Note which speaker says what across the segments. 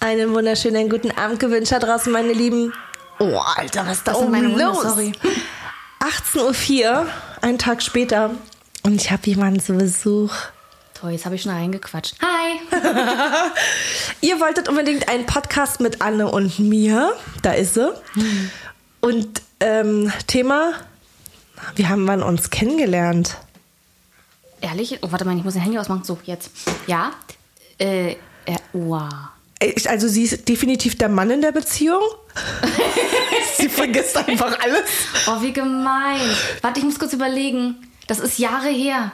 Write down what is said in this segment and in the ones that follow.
Speaker 1: Einen wunderschönen guten Abend gewünscht da draußen, meine Lieben. Oh, Alter, was ist da
Speaker 2: Das sind
Speaker 1: oben
Speaker 2: meine Hunde,
Speaker 1: los?
Speaker 2: sorry.
Speaker 1: 18.04 Uhr, einen Tag später. Und ich habe jemanden zu Besuch.
Speaker 2: Toll, jetzt habe ich schon reingequatscht. Hi!
Speaker 1: Ihr wolltet unbedingt einen Podcast mit Anne und mir. Da ist sie. Und ähm, Thema, wie haben wir uns kennengelernt?
Speaker 2: Ehrlich? Oh, warte mal, ich muss den Handy ausmachen. So, jetzt. Ja? Äh, äh wow.
Speaker 1: Ich, also sie ist definitiv der Mann in der Beziehung. sie vergisst einfach alles.
Speaker 2: Oh, wie gemein. Warte, ich muss kurz überlegen. Das ist Jahre her.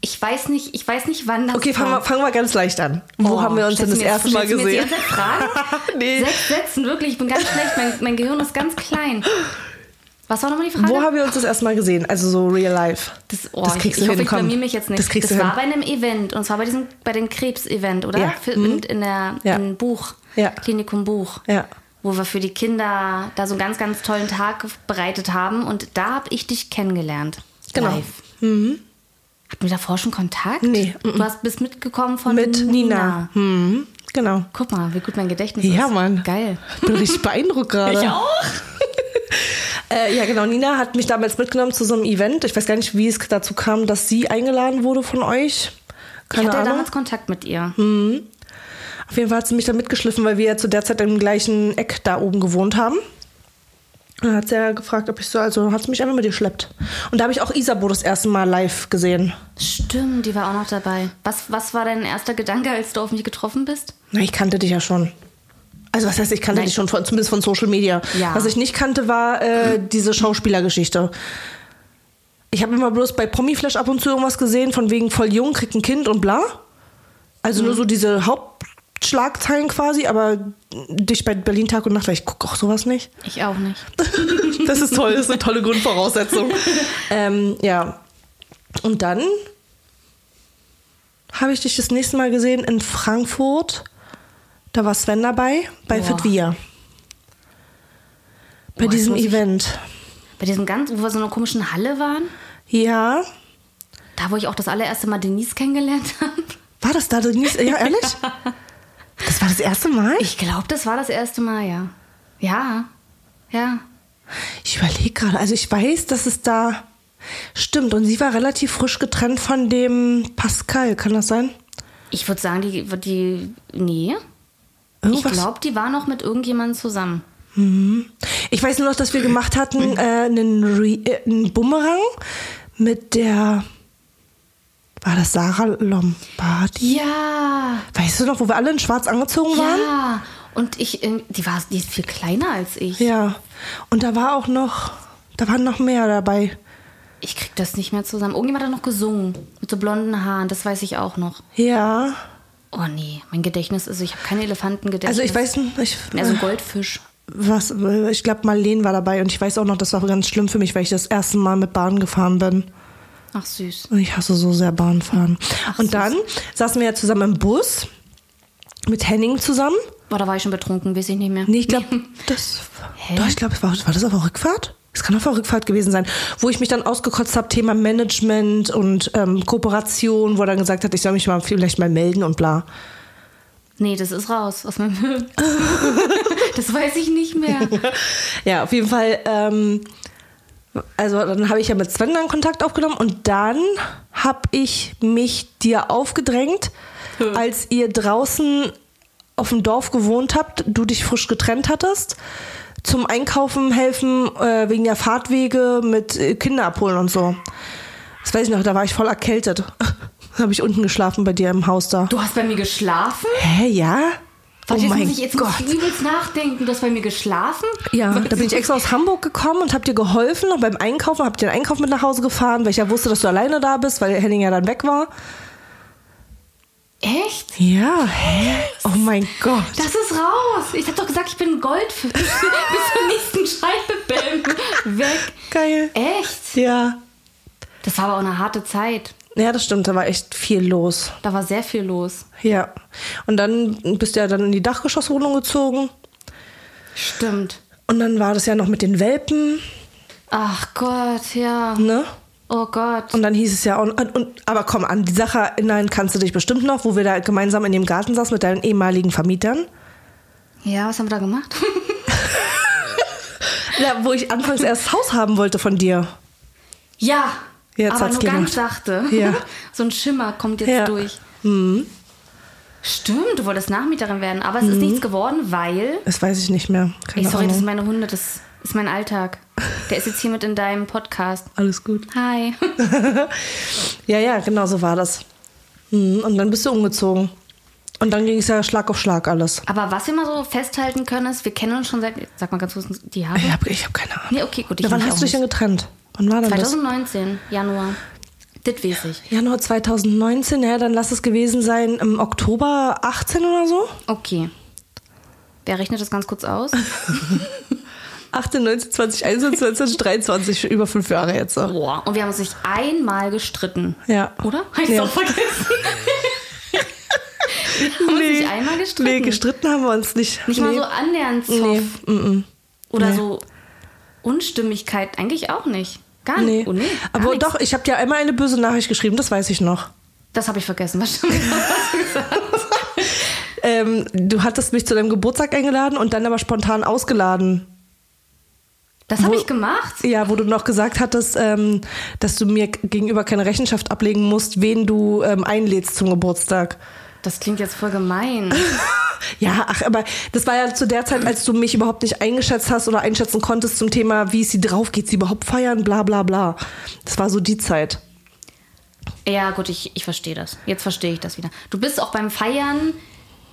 Speaker 2: Ich weiß nicht, ich weiß nicht, wann das
Speaker 1: Okay, fangen wir,
Speaker 2: war.
Speaker 1: fangen wir ganz leicht an. Wo
Speaker 2: Oh,
Speaker 1: haben wir uns denn
Speaker 2: stellst
Speaker 1: das
Speaker 2: du mir jetzt-
Speaker 1: erste Mal
Speaker 2: stellst du mir
Speaker 1: gesehen?
Speaker 2: jetzt die ganze Zeit Fragen?
Speaker 1: nee.
Speaker 2: Sechs Sätzen, wirklich. Ich bin ganz schlecht. Mein, mein Gehirn ist ganz klein. Was war nochmal die Frage?
Speaker 1: Wo haben wir uns das erste Mal gesehen? Also so real life.
Speaker 2: Das, oh,
Speaker 1: Das kriegst du
Speaker 2: ich, ich hoffe,
Speaker 1: hin,
Speaker 2: ich
Speaker 1: komm.
Speaker 2: blamier mich jetzt nicht.
Speaker 1: Das kriegst du
Speaker 2: war
Speaker 1: hin.
Speaker 2: bei einem Event und zwar bei diesem, bei dem Krebs-Event, oder?
Speaker 1: Ja.
Speaker 2: Für,
Speaker 1: Mhm.
Speaker 2: in, in der
Speaker 1: Ja.
Speaker 2: in Buch,
Speaker 1: Ja.
Speaker 2: Klinikum Buch,
Speaker 1: Ja.
Speaker 2: wo wir für die Kinder da so einen ganz, ganz tollen Tag bereitet haben und da habe ich dich kennengelernt.
Speaker 1: Genau.
Speaker 2: Live. Hatten wir davor schon Kontakt?
Speaker 1: Nee.
Speaker 2: Du hast, bist mitgekommen von
Speaker 1: Mit Nina. Hm, genau.
Speaker 2: Guck mal, wie gut mein Gedächtnis ist.
Speaker 1: Ja, Mann.
Speaker 2: Geil.
Speaker 1: Bin richtig beeindruckt gerade.
Speaker 2: Ich auch.
Speaker 1: Äh, ja, genau. Nina hat mich damals mitgenommen zu so einem Event. Ich weiß gar nicht, wie es dazu kam, dass sie eingeladen wurde von euch.
Speaker 2: Ich
Speaker 1: Keine
Speaker 2: hatte ja
Speaker 1: Ahnung.
Speaker 2: damals Kontakt mit ihr.
Speaker 1: Auf jeden Fall hat sie mich da mitgeschliffen, weil wir ja zu der Zeit im gleichen Eck da oben gewohnt haben. Und dann hat sie ja gefragt, ob ich so, also hat sie mich einfach mitgeschleppt. Und da habe ich auch Isabo das erste Mal live gesehen.
Speaker 2: Stimmt, die war auch noch dabei. Was, was war dein erster Gedanke, als du auf mich getroffen bist?
Speaker 1: Na, ich kannte dich ja schon. Also was heißt, ich kannte
Speaker 2: Nein.
Speaker 1: dich schon, von, zumindest von Social Media.
Speaker 2: Ja.
Speaker 1: Was ich nicht kannte, war äh, diese Schauspielergeschichte. Ich habe immer bloß bei Promiflash ab und zu irgendwas gesehen, von wegen voll jung, kriegt ein Kind und bla. Also
Speaker 2: Mhm.
Speaker 1: nur so diese Hauptschlagzeilen quasi, aber dich bei Berlin Tag und Nacht, weil ich gucke auch sowas nicht.
Speaker 2: Ich auch nicht.
Speaker 1: Das ist toll, das ist eine tolle Grundvoraussetzung. ähm, ja. Und dann habe ich dich das nächste Mal gesehen in Frankfurt. Da war Sven dabei, bei
Speaker 2: Boah.
Speaker 1: Fitvia. Bei
Speaker 2: Boah, jetzt
Speaker 1: diesem
Speaker 2: muss ich-
Speaker 1: Event.
Speaker 2: Bei diesem ganz, wo wir so einer komischen Halle waren,
Speaker 1: Ja.
Speaker 2: da wo ich auch das allererste Mal Denise kennengelernt habe.
Speaker 1: War das da? Denise? Ja, ehrlich? Das war das erste Mal?
Speaker 2: Ich glaube, das war das erste Mal, ja. Ja. Ja.
Speaker 1: Ich überlege gerade, also ich weiß, dass es da stimmt. Und sie war relativ frisch getrennt von dem Pascal, kann das sein?
Speaker 2: Ich würde sagen, die, die. Nee. Ich glaube, die war noch mit irgendjemandem zusammen.
Speaker 1: Ich weiß nur noch, dass wir gemacht hatten äh, einen, Re äh, einen Bumerang mit der. War das Sarah Lombardi?
Speaker 2: Ja.
Speaker 1: Weißt du noch, wo wir alle in schwarz angezogen waren?
Speaker 2: Ja. Und ich, äh, die war die ist viel kleiner als ich.
Speaker 1: Ja. Und da war auch noch. Da waren noch mehr dabei.
Speaker 2: Ich krieg das nicht mehr zusammen. Irgendjemand hat noch gesungen. Mit so blonden Haaren, das weiß ich auch noch.
Speaker 1: Ja.
Speaker 2: Oh nee, mein Gedächtnis ist, ich habe kein Elefantengedächtnis.
Speaker 1: Also ich weiß nicht. Ich,
Speaker 2: Mehr so ein Goldfisch.
Speaker 1: was, ich glaube, Marlene war dabei und ich weiß auch noch, das war ganz schlimm für mich, weil ich das erste Mal mit Bahn gefahren bin.
Speaker 2: Ach süß.
Speaker 1: Und ich hasse so sehr Bahnfahren. und
Speaker 2: süß.
Speaker 1: dann saßen wir ja zusammen im Bus mit Henning zusammen.
Speaker 2: Boah, da war ich schon betrunken, weiß ich nicht mehr.
Speaker 1: Nee, ich glaube, das.
Speaker 2: Hä?
Speaker 1: Doch, ich glaube, war, war das auf der Rückfahrt? Es kann auf der Rückfahrt gewesen sein, wo ich mich dann ausgekotzt habe, Thema Management und ähm, Kooperation, wo er dann gesagt hat, ich soll mich mal vielleicht mal melden und bla.
Speaker 2: Nee, das ist raus aus meinem Das weiß ich nicht mehr.
Speaker 1: Ja, auf jeden Fall. Ähm, also dann habe ich ja mit Sven dann Kontakt aufgenommen und dann habe ich mich dir aufgedrängt,
Speaker 2: Hm.
Speaker 1: als ihr draußen auf dem Dorf gewohnt habt, du dich frisch getrennt hattest, zum Einkaufen helfen äh, wegen der Fahrtwege mit äh, Kinder abholen und so. Das weiß ich noch, da war ich voll erkältet. Da habe ich unten geschlafen bei dir im Haus da.
Speaker 2: Du hast bei mir geschlafen?
Speaker 1: Hä, ja? oh
Speaker 2: Warte, jetzt
Speaker 1: mein
Speaker 2: muss ich jetzt
Speaker 1: Gott.
Speaker 2: muss ich übelst nachdenken. Du hast bei mir geschlafen?
Speaker 1: Ja, da bin ich extra aus Hamburg gekommen und hab dir geholfen und beim Einkaufen, hab dir den Einkauf mit nach Hause gefahren, weil ich ja wusste, dass du alleine da bist, weil Henning ja dann weg war.
Speaker 2: Echt?
Speaker 1: Ja, hä? Oh mein Gott.
Speaker 2: Das ist raus. Ich hab doch gesagt, ich bin ein Goldfisch. Bis zur nächsten Scheibe bäm. Weg.
Speaker 1: Geil.
Speaker 2: Echt?
Speaker 1: Ja.
Speaker 2: Das war aber auch eine harte Zeit.
Speaker 1: Ja, das stimmt, da war echt viel los.
Speaker 2: Da war sehr viel los.
Speaker 1: Ja. Und dann bist du ja dann in die Dachgeschosswohnung gezogen
Speaker 2: Stimmt.
Speaker 1: und dann war das ja noch mit den Welpen,
Speaker 2: Ach Gott, ja.
Speaker 1: ne?
Speaker 2: Oh Gott.
Speaker 1: Und dann hieß es ja, und, und, und, aber komm, an die Sache erinnern kannst du dich bestimmt noch, wo wir da gemeinsam in dem Garten saßen mit deinen ehemaligen Vermietern.
Speaker 2: Ja, was haben wir da gemacht?
Speaker 1: Ja, wo ich anfangs erst das Haus haben wollte von dir.
Speaker 2: ja.
Speaker 1: Jetzt
Speaker 2: aber
Speaker 1: hat's
Speaker 2: nur
Speaker 1: geklingelt.
Speaker 2: ganz sachte.
Speaker 1: Ja.
Speaker 2: so ein Schimmer kommt jetzt
Speaker 1: Ja.
Speaker 2: durch. Mhm.
Speaker 1: Hm,
Speaker 2: Stimmt, du wolltest Nachmieterin werden, aber es ist nichts geworden, weil.
Speaker 1: das weiß ich nicht mehr.
Speaker 2: Ey,
Speaker 1: Keine
Speaker 2: sorry, das
Speaker 1: Ahnung.
Speaker 2: sind meine Hunde, das ist mein Alltag. Der ist jetzt hier mit in deinem Podcast.
Speaker 1: Alles gut.
Speaker 2: Hi.
Speaker 1: Ja, ja, genau so war das. Hm, und dann bist du umgezogen. Und dann ging es ja Schlag auf Schlag alles.
Speaker 2: Aber was wir mal so festhalten können, ist, wir kennen uns schon seit, sag mal ganz kurz, die Jahre.
Speaker 1: Ich habe ich hab keine Ahnung.
Speaker 2: Nee, okay, gut.
Speaker 1: Na, wann
Speaker 2: mich
Speaker 1: hast
Speaker 2: auch
Speaker 1: du dich denn getrennt? Wann war denn das?
Speaker 2: 2019, Januar. Das weiß ich.
Speaker 1: Januar 2019, ja, dann lass es gewesen sein im Oktober 18 oder so.
Speaker 2: Okay. Wer rechnet das ganz kurz aus?
Speaker 1: 18, 19, 20, 21, 22, 23, über fünf Jahre jetzt. So.
Speaker 2: Boah. Und wir haben uns nicht einmal gestritten.
Speaker 1: Ja.
Speaker 2: Oder? Hab ich's
Speaker 1: Nee.
Speaker 2: doch vergessen. wir haben uns nicht einmal gestritten.
Speaker 1: Nee, gestritten haben wir uns nicht.
Speaker 2: nicht
Speaker 1: nee.
Speaker 2: mal so annähernd Zoff
Speaker 1: Nee, mm, mm.
Speaker 2: oder
Speaker 1: Nee.
Speaker 2: so Unstimmigkeit. Eigentlich auch nicht. Gar
Speaker 1: Nee.
Speaker 2: nicht. Oh, nee. Gar
Speaker 1: Aber
Speaker 2: nichts.
Speaker 1: doch, ich habe dir einmal eine böse Nachricht geschrieben, das weiß ich noch.
Speaker 2: Das habe ich vergessen. Was stimmt?
Speaker 1: Ähm, du hattest mich zu deinem Geburtstag eingeladen und dann aber spontan ausgeladen.
Speaker 2: Das habe
Speaker 1: Wo-
Speaker 2: ich gemacht.
Speaker 1: Ja, wo du noch gesagt hattest, ähm, dass du mir gegenüber keine Rechenschaft ablegen musst, wen du ähm, einlädst zum Geburtstag.
Speaker 2: Das klingt jetzt voll gemein.
Speaker 1: Ja, ach, aber das war ja zu der Zeit, als du mich überhaupt nicht eingeschätzt hast oder einschätzen konntest zum Thema, wie ist sie drauf, geht sie überhaupt feiern, bla bla bla. Das war so die Zeit.
Speaker 2: Ja, gut, ich, ich verstehe das. Jetzt verstehe ich das wieder. Du bist auch beim Feiern.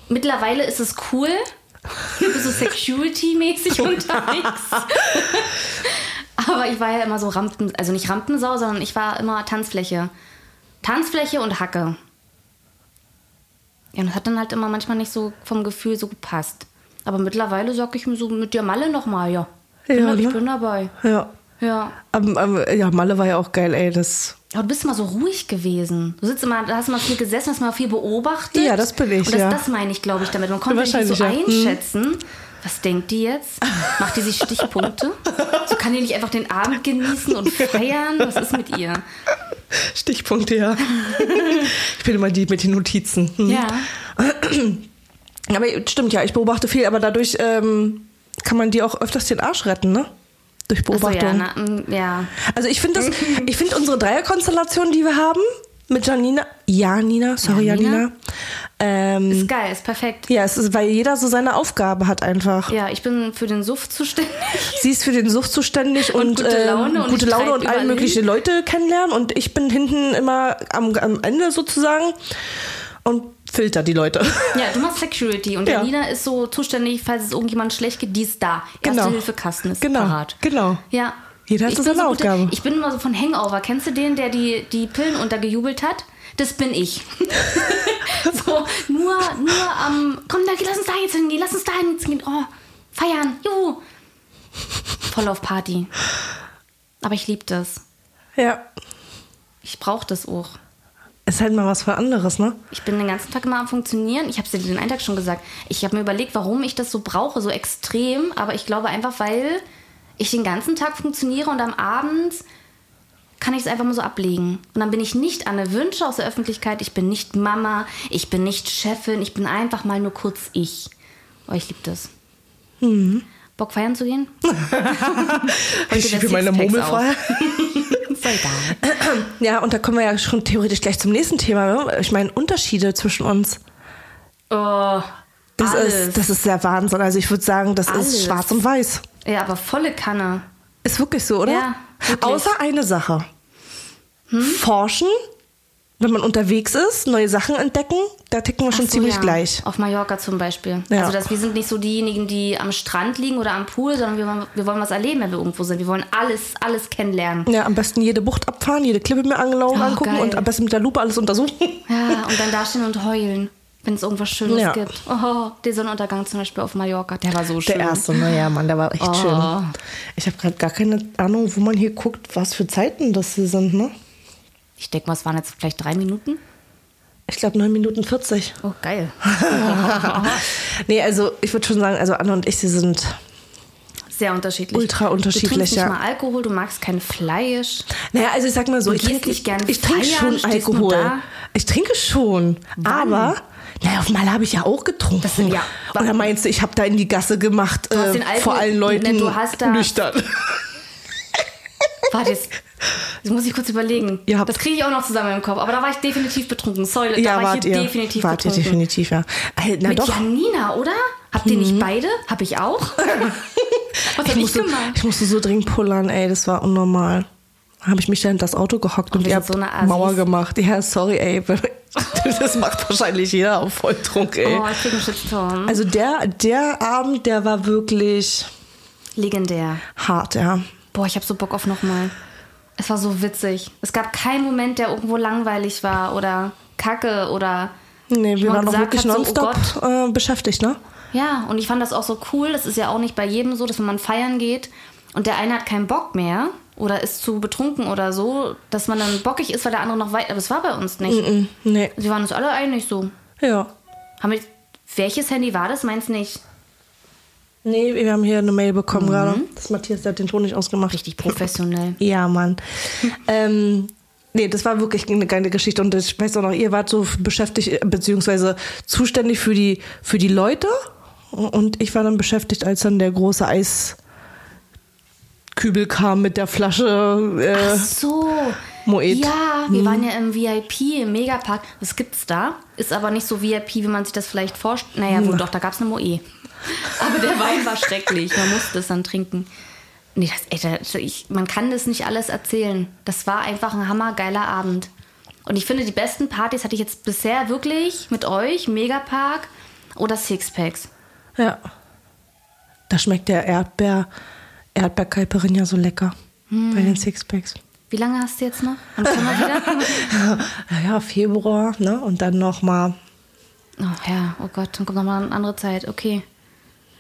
Speaker 2: Mittlerweile ist es cool. Du bist so Security-mäßig unterwegs. Aber ich war ja immer so Rampen, also nicht Rampensau, sondern ich war immer Tanzfläche. Tanzfläche und Hacke. Ja, und das hat dann halt immer manchmal nicht so vom Gefühl so gepasst. Aber mittlerweile sag ich mir so mit der Malle nochmal, ja. Bin
Speaker 1: Ja,
Speaker 2: da, Ich
Speaker 1: ne?
Speaker 2: bin dabei.
Speaker 1: Ja.
Speaker 2: Ja.
Speaker 1: Ähm, ähm, ja, Malle war ja auch geil, ey. Das,
Speaker 2: Aber du bist immer so ruhig gewesen. Du sitzt immer, da hast du mal viel gesessen, hast mal viel beobachtet.
Speaker 1: Ja, das bin ich,
Speaker 2: Und das,
Speaker 1: ja.
Speaker 2: das meine ich, glaube ich, damit. Man konnte nicht so
Speaker 1: Wahrscheinlich, ja. Hm.
Speaker 2: einschätzen. Was denkt die jetzt? Macht die sich Stichpunkte? So kann die nicht einfach den Abend genießen und feiern? Was ist mit ihr?
Speaker 1: Stichpunkte, ja. ich bin immer die mit den Notizen. Hm.
Speaker 2: Ja.
Speaker 1: Aber stimmt ja, ich beobachte viel, aber dadurch ähm, kann man dir auch öfters den Arsch retten, ne? Durch
Speaker 2: Achso,
Speaker 1: Beobachtung.
Speaker 2: ja, na, mm, ja.
Speaker 1: Also ich finde das, ich finde unsere Dreierkonstellation, die wir haben, mit Janina, Janina, sorry Janina,
Speaker 2: Janina.
Speaker 1: ähm,
Speaker 2: Ist geil, ist perfekt.
Speaker 1: ja, es ist, weil jeder so seine Aufgabe hat einfach.
Speaker 2: Ja, ich bin für den Suff zuständig.
Speaker 1: Sie ist für den Sucht zuständig und,
Speaker 2: gute
Speaker 1: ähm,
Speaker 2: Laune und
Speaker 1: gute
Speaker 2: ich
Speaker 1: Laune
Speaker 2: treib
Speaker 1: und alle
Speaker 2: überall
Speaker 1: möglichen Leute kennenlernen und ich bin hinten immer am, am Ende sozusagen und filter die Leute.
Speaker 2: Ja, du machst Security und
Speaker 1: Ja.
Speaker 2: Janina ist so zuständig, falls es irgendjemand schlecht geht, die ist da. Erste
Speaker 1: Genau.
Speaker 2: Hilfekasten ist
Speaker 1: Genau,
Speaker 2: parat.
Speaker 1: genau.
Speaker 2: Ja.
Speaker 1: Jeder hat
Speaker 2: Ich
Speaker 1: so
Speaker 2: bin
Speaker 1: seine
Speaker 2: gute-
Speaker 1: Aufgabe.
Speaker 2: Ich bin immer so von Hangover. Kennst du den, der die, die Pillen untergejubelt hat? Das bin ich. so, nur, nur am. komm, dann geh, lass uns da jetzt hingehen, lass uns da jetzt hingehen. Oh, feiern, juhu. Voll auf Party. Aber ich liebe das.
Speaker 1: Ja,
Speaker 2: Ich brauche das auch.
Speaker 1: ist halt mal was für anderes, ne?
Speaker 2: Ich bin den ganzen Tag immer am Funktionieren. Ich habe es dir den einen Tag schon gesagt. Ich habe mir überlegt, warum ich das so brauche, so extrem. Aber ich glaube einfach, weil ich den ganzen Tag funktioniere und am Abend kann ich es einfach mal so ablegen. Und dann bin ich nicht Anne Wünsche aus der Öffentlichkeit. Ich bin nicht Mama. Ich bin nicht Chefin. Ich bin einfach mal nur kurz ich. Oh, ich liebe das.
Speaker 1: Mhm.
Speaker 2: Bock feiern zu gehen? Heute
Speaker 1: Ich
Speaker 2: der
Speaker 1: schiebe meine
Speaker 2: Sixpacks
Speaker 1: Murmel
Speaker 2: auf.
Speaker 1: frei.
Speaker 2: Ist doch egal.
Speaker 1: Ja, und da kommen wir ja schon theoretisch gleich zum nächsten Thema. Ne? Ich meine, Unterschiede zwischen uns.
Speaker 2: Oh,
Speaker 1: Das
Speaker 2: alles.
Speaker 1: ist, das ist der Wahnsinn. Also ich würde sagen, das ist
Speaker 2: Alles.
Speaker 1: schwarz und weiß.
Speaker 2: ja, aber volle Kanne.
Speaker 1: Ist wirklich so, oder?
Speaker 2: Ja, wirklich.
Speaker 1: Außer eine Sache. Forschen, wenn man unterwegs ist, neue Sachen entdecken, da ticken wir schon
Speaker 2: Ach so,
Speaker 1: ziemlich
Speaker 2: ja.
Speaker 1: gleich.
Speaker 2: Auf Mallorca zum Beispiel.
Speaker 1: Ja.
Speaker 2: Also dass wir sind nicht so diejenigen, die am Strand liegen oder am Pool, sondern wir wollen, wir wollen was erleben, wenn wir irgendwo sind. Wir wollen alles, alles kennenlernen.
Speaker 1: Ja, am besten jede Bucht abfahren, jede Klippe mir angelaufen
Speaker 2: Oh,
Speaker 1: angucken
Speaker 2: geil.
Speaker 1: und am besten mit der Lupe alles untersuchen.
Speaker 2: Ja, und dann dastehen und heulen, wenn es irgendwas Schönes
Speaker 1: Ja.
Speaker 2: gibt. Oh, der Sonnenuntergang zum Beispiel auf Mallorca, der war so schön.
Speaker 1: Der erste, naja, Mann, der war echt
Speaker 2: Oh.
Speaker 1: schön. Ich habe gerade gar keine Ahnung, wo man hier guckt, was für Zeiten das hier sind, ne?
Speaker 2: Ich denke mal, es waren jetzt vielleicht drei Minuten.
Speaker 1: Ich glaube 9 Minuten 40.
Speaker 2: Oh, geil.
Speaker 1: nee, also ich würde schon sagen, also Anne und ich, sie sind
Speaker 2: Sehr unterschiedlich.
Speaker 1: Ultra unterschiedlich,
Speaker 2: Du trinkst
Speaker 1: ja.
Speaker 2: nicht mal Alkohol, du magst kein Fleisch.
Speaker 1: Naja, also ich sag mal so,
Speaker 2: Du
Speaker 1: ich
Speaker 2: gehst
Speaker 1: trinke,
Speaker 2: nicht gern
Speaker 1: ich trinke
Speaker 2: feiern,
Speaker 1: schon
Speaker 2: stehst nur
Speaker 1: Alkohol.
Speaker 2: da.
Speaker 1: Ich trinke schon, aber naja, auf Mal habe ich ja auch getrunken.
Speaker 2: Das sind ja-
Speaker 1: Oder meinst du, ich habe da in die Gasse gemacht
Speaker 2: hast
Speaker 1: äh,
Speaker 2: den Alkohol-
Speaker 1: vor allen Leuten
Speaker 2: Ne, du hast da-
Speaker 1: nüchtern?
Speaker 2: Warte, jetzt, jetzt muss ich kurz überlegen.
Speaker 1: Ihr habt-
Speaker 2: das kriege ich auch noch zusammen im Kopf. Aber da war ich definitiv betrunken. Sorry,
Speaker 1: ja,
Speaker 2: da war
Speaker 1: wart
Speaker 2: ich
Speaker 1: ihr?
Speaker 2: definitiv
Speaker 1: wart ihr
Speaker 2: betrunken.
Speaker 1: definitiv, ja. Äh, Na
Speaker 2: Mit
Speaker 1: doch.
Speaker 2: Janina, oder? Habt ihr nicht beide? Hab ich auch? Was hab ich
Speaker 1: musste,
Speaker 2: gemacht?
Speaker 1: ich musste so dringend pullern, ey, das war unnormal. Da habe ich mich dann in das Auto gehockt und,
Speaker 2: wir
Speaker 1: ihr habt
Speaker 2: sind so eine
Speaker 1: Mauer
Speaker 2: Assis.
Speaker 1: gemacht. Ja, sorry, ey. Das macht wahrscheinlich jeder auf Volltrunk, ey.
Speaker 2: Oh, ich krieg einen Shitstorm.
Speaker 1: Also der, der Abend, der war wirklich
Speaker 2: Legendär.
Speaker 1: hart, ja.
Speaker 2: Boah, ich hab so Bock auf nochmal. Es war so witzig. Es gab keinen Moment, der irgendwo langweilig war oder kacke oder.
Speaker 1: Nee, wir
Speaker 2: wo man
Speaker 1: waren auch
Speaker 2: gesagt
Speaker 1: wirklich
Speaker 2: hat, so,
Speaker 1: nonstop
Speaker 2: Oh Gott,
Speaker 1: äh, beschäftigt, ne?
Speaker 2: Ja, und ich fand das auch so cool. Das ist ja auch nicht bei jedem so, dass wenn man feiern geht und der eine hat keinen Bock mehr oder ist zu betrunken oder so, dass man dann bockig ist, weil der andere noch weit. Aber das war bei uns nicht.
Speaker 1: Mm, Nee.
Speaker 2: Wir waren uns alle einig so.
Speaker 1: Ja.
Speaker 2: Haben wir, welches Handy war das? Meins nicht.
Speaker 1: Nee, wir haben hier eine Mail bekommen gerade. Das Matthias, der hat den Ton nicht ausgemacht.
Speaker 2: Mhm. Richtig professionell.
Speaker 1: Ja, Mann. ähm, nee, das war wirklich eine geile Geschichte. Und ich weiß auch noch, ihr wart so beschäftigt, äh, beziehungsweise zuständig für die, für die Leute. Und ich war dann beschäftigt, als dann der große Eiskübel kam mit der Flasche. Äh,
Speaker 2: Ach so.
Speaker 1: Moet.
Speaker 2: Ja, wir waren ja im VIP, im Megapark. Das gibt's da. Ist aber nicht so VIP, wie man sich das vielleicht vorstellt. Naja, wohl doch, da gab's eine Moe. Aber der Wein war schrecklich. Man musste es dann trinken. Nee, das, ey, das, ich, man kann das nicht alles erzählen. Das war einfach ein hammergeiler Abend. Und ich finde, die besten Partys hatte ich jetzt bisher wirklich mit euch, Megapark oder Sixpacks.
Speaker 1: Ja. Da schmeckt der Erdbeer, Erdbeerkalperin ja so lecker.
Speaker 2: Hm.
Speaker 1: Bei den Sixpacks.
Speaker 2: Wie lange hast du jetzt noch? Am Sommer wieder?
Speaker 1: Naja, Februar, ne? Und dann nochmal.
Speaker 2: Oh ja, oh Gott, dann kommt nochmal eine andere Zeit. Okay.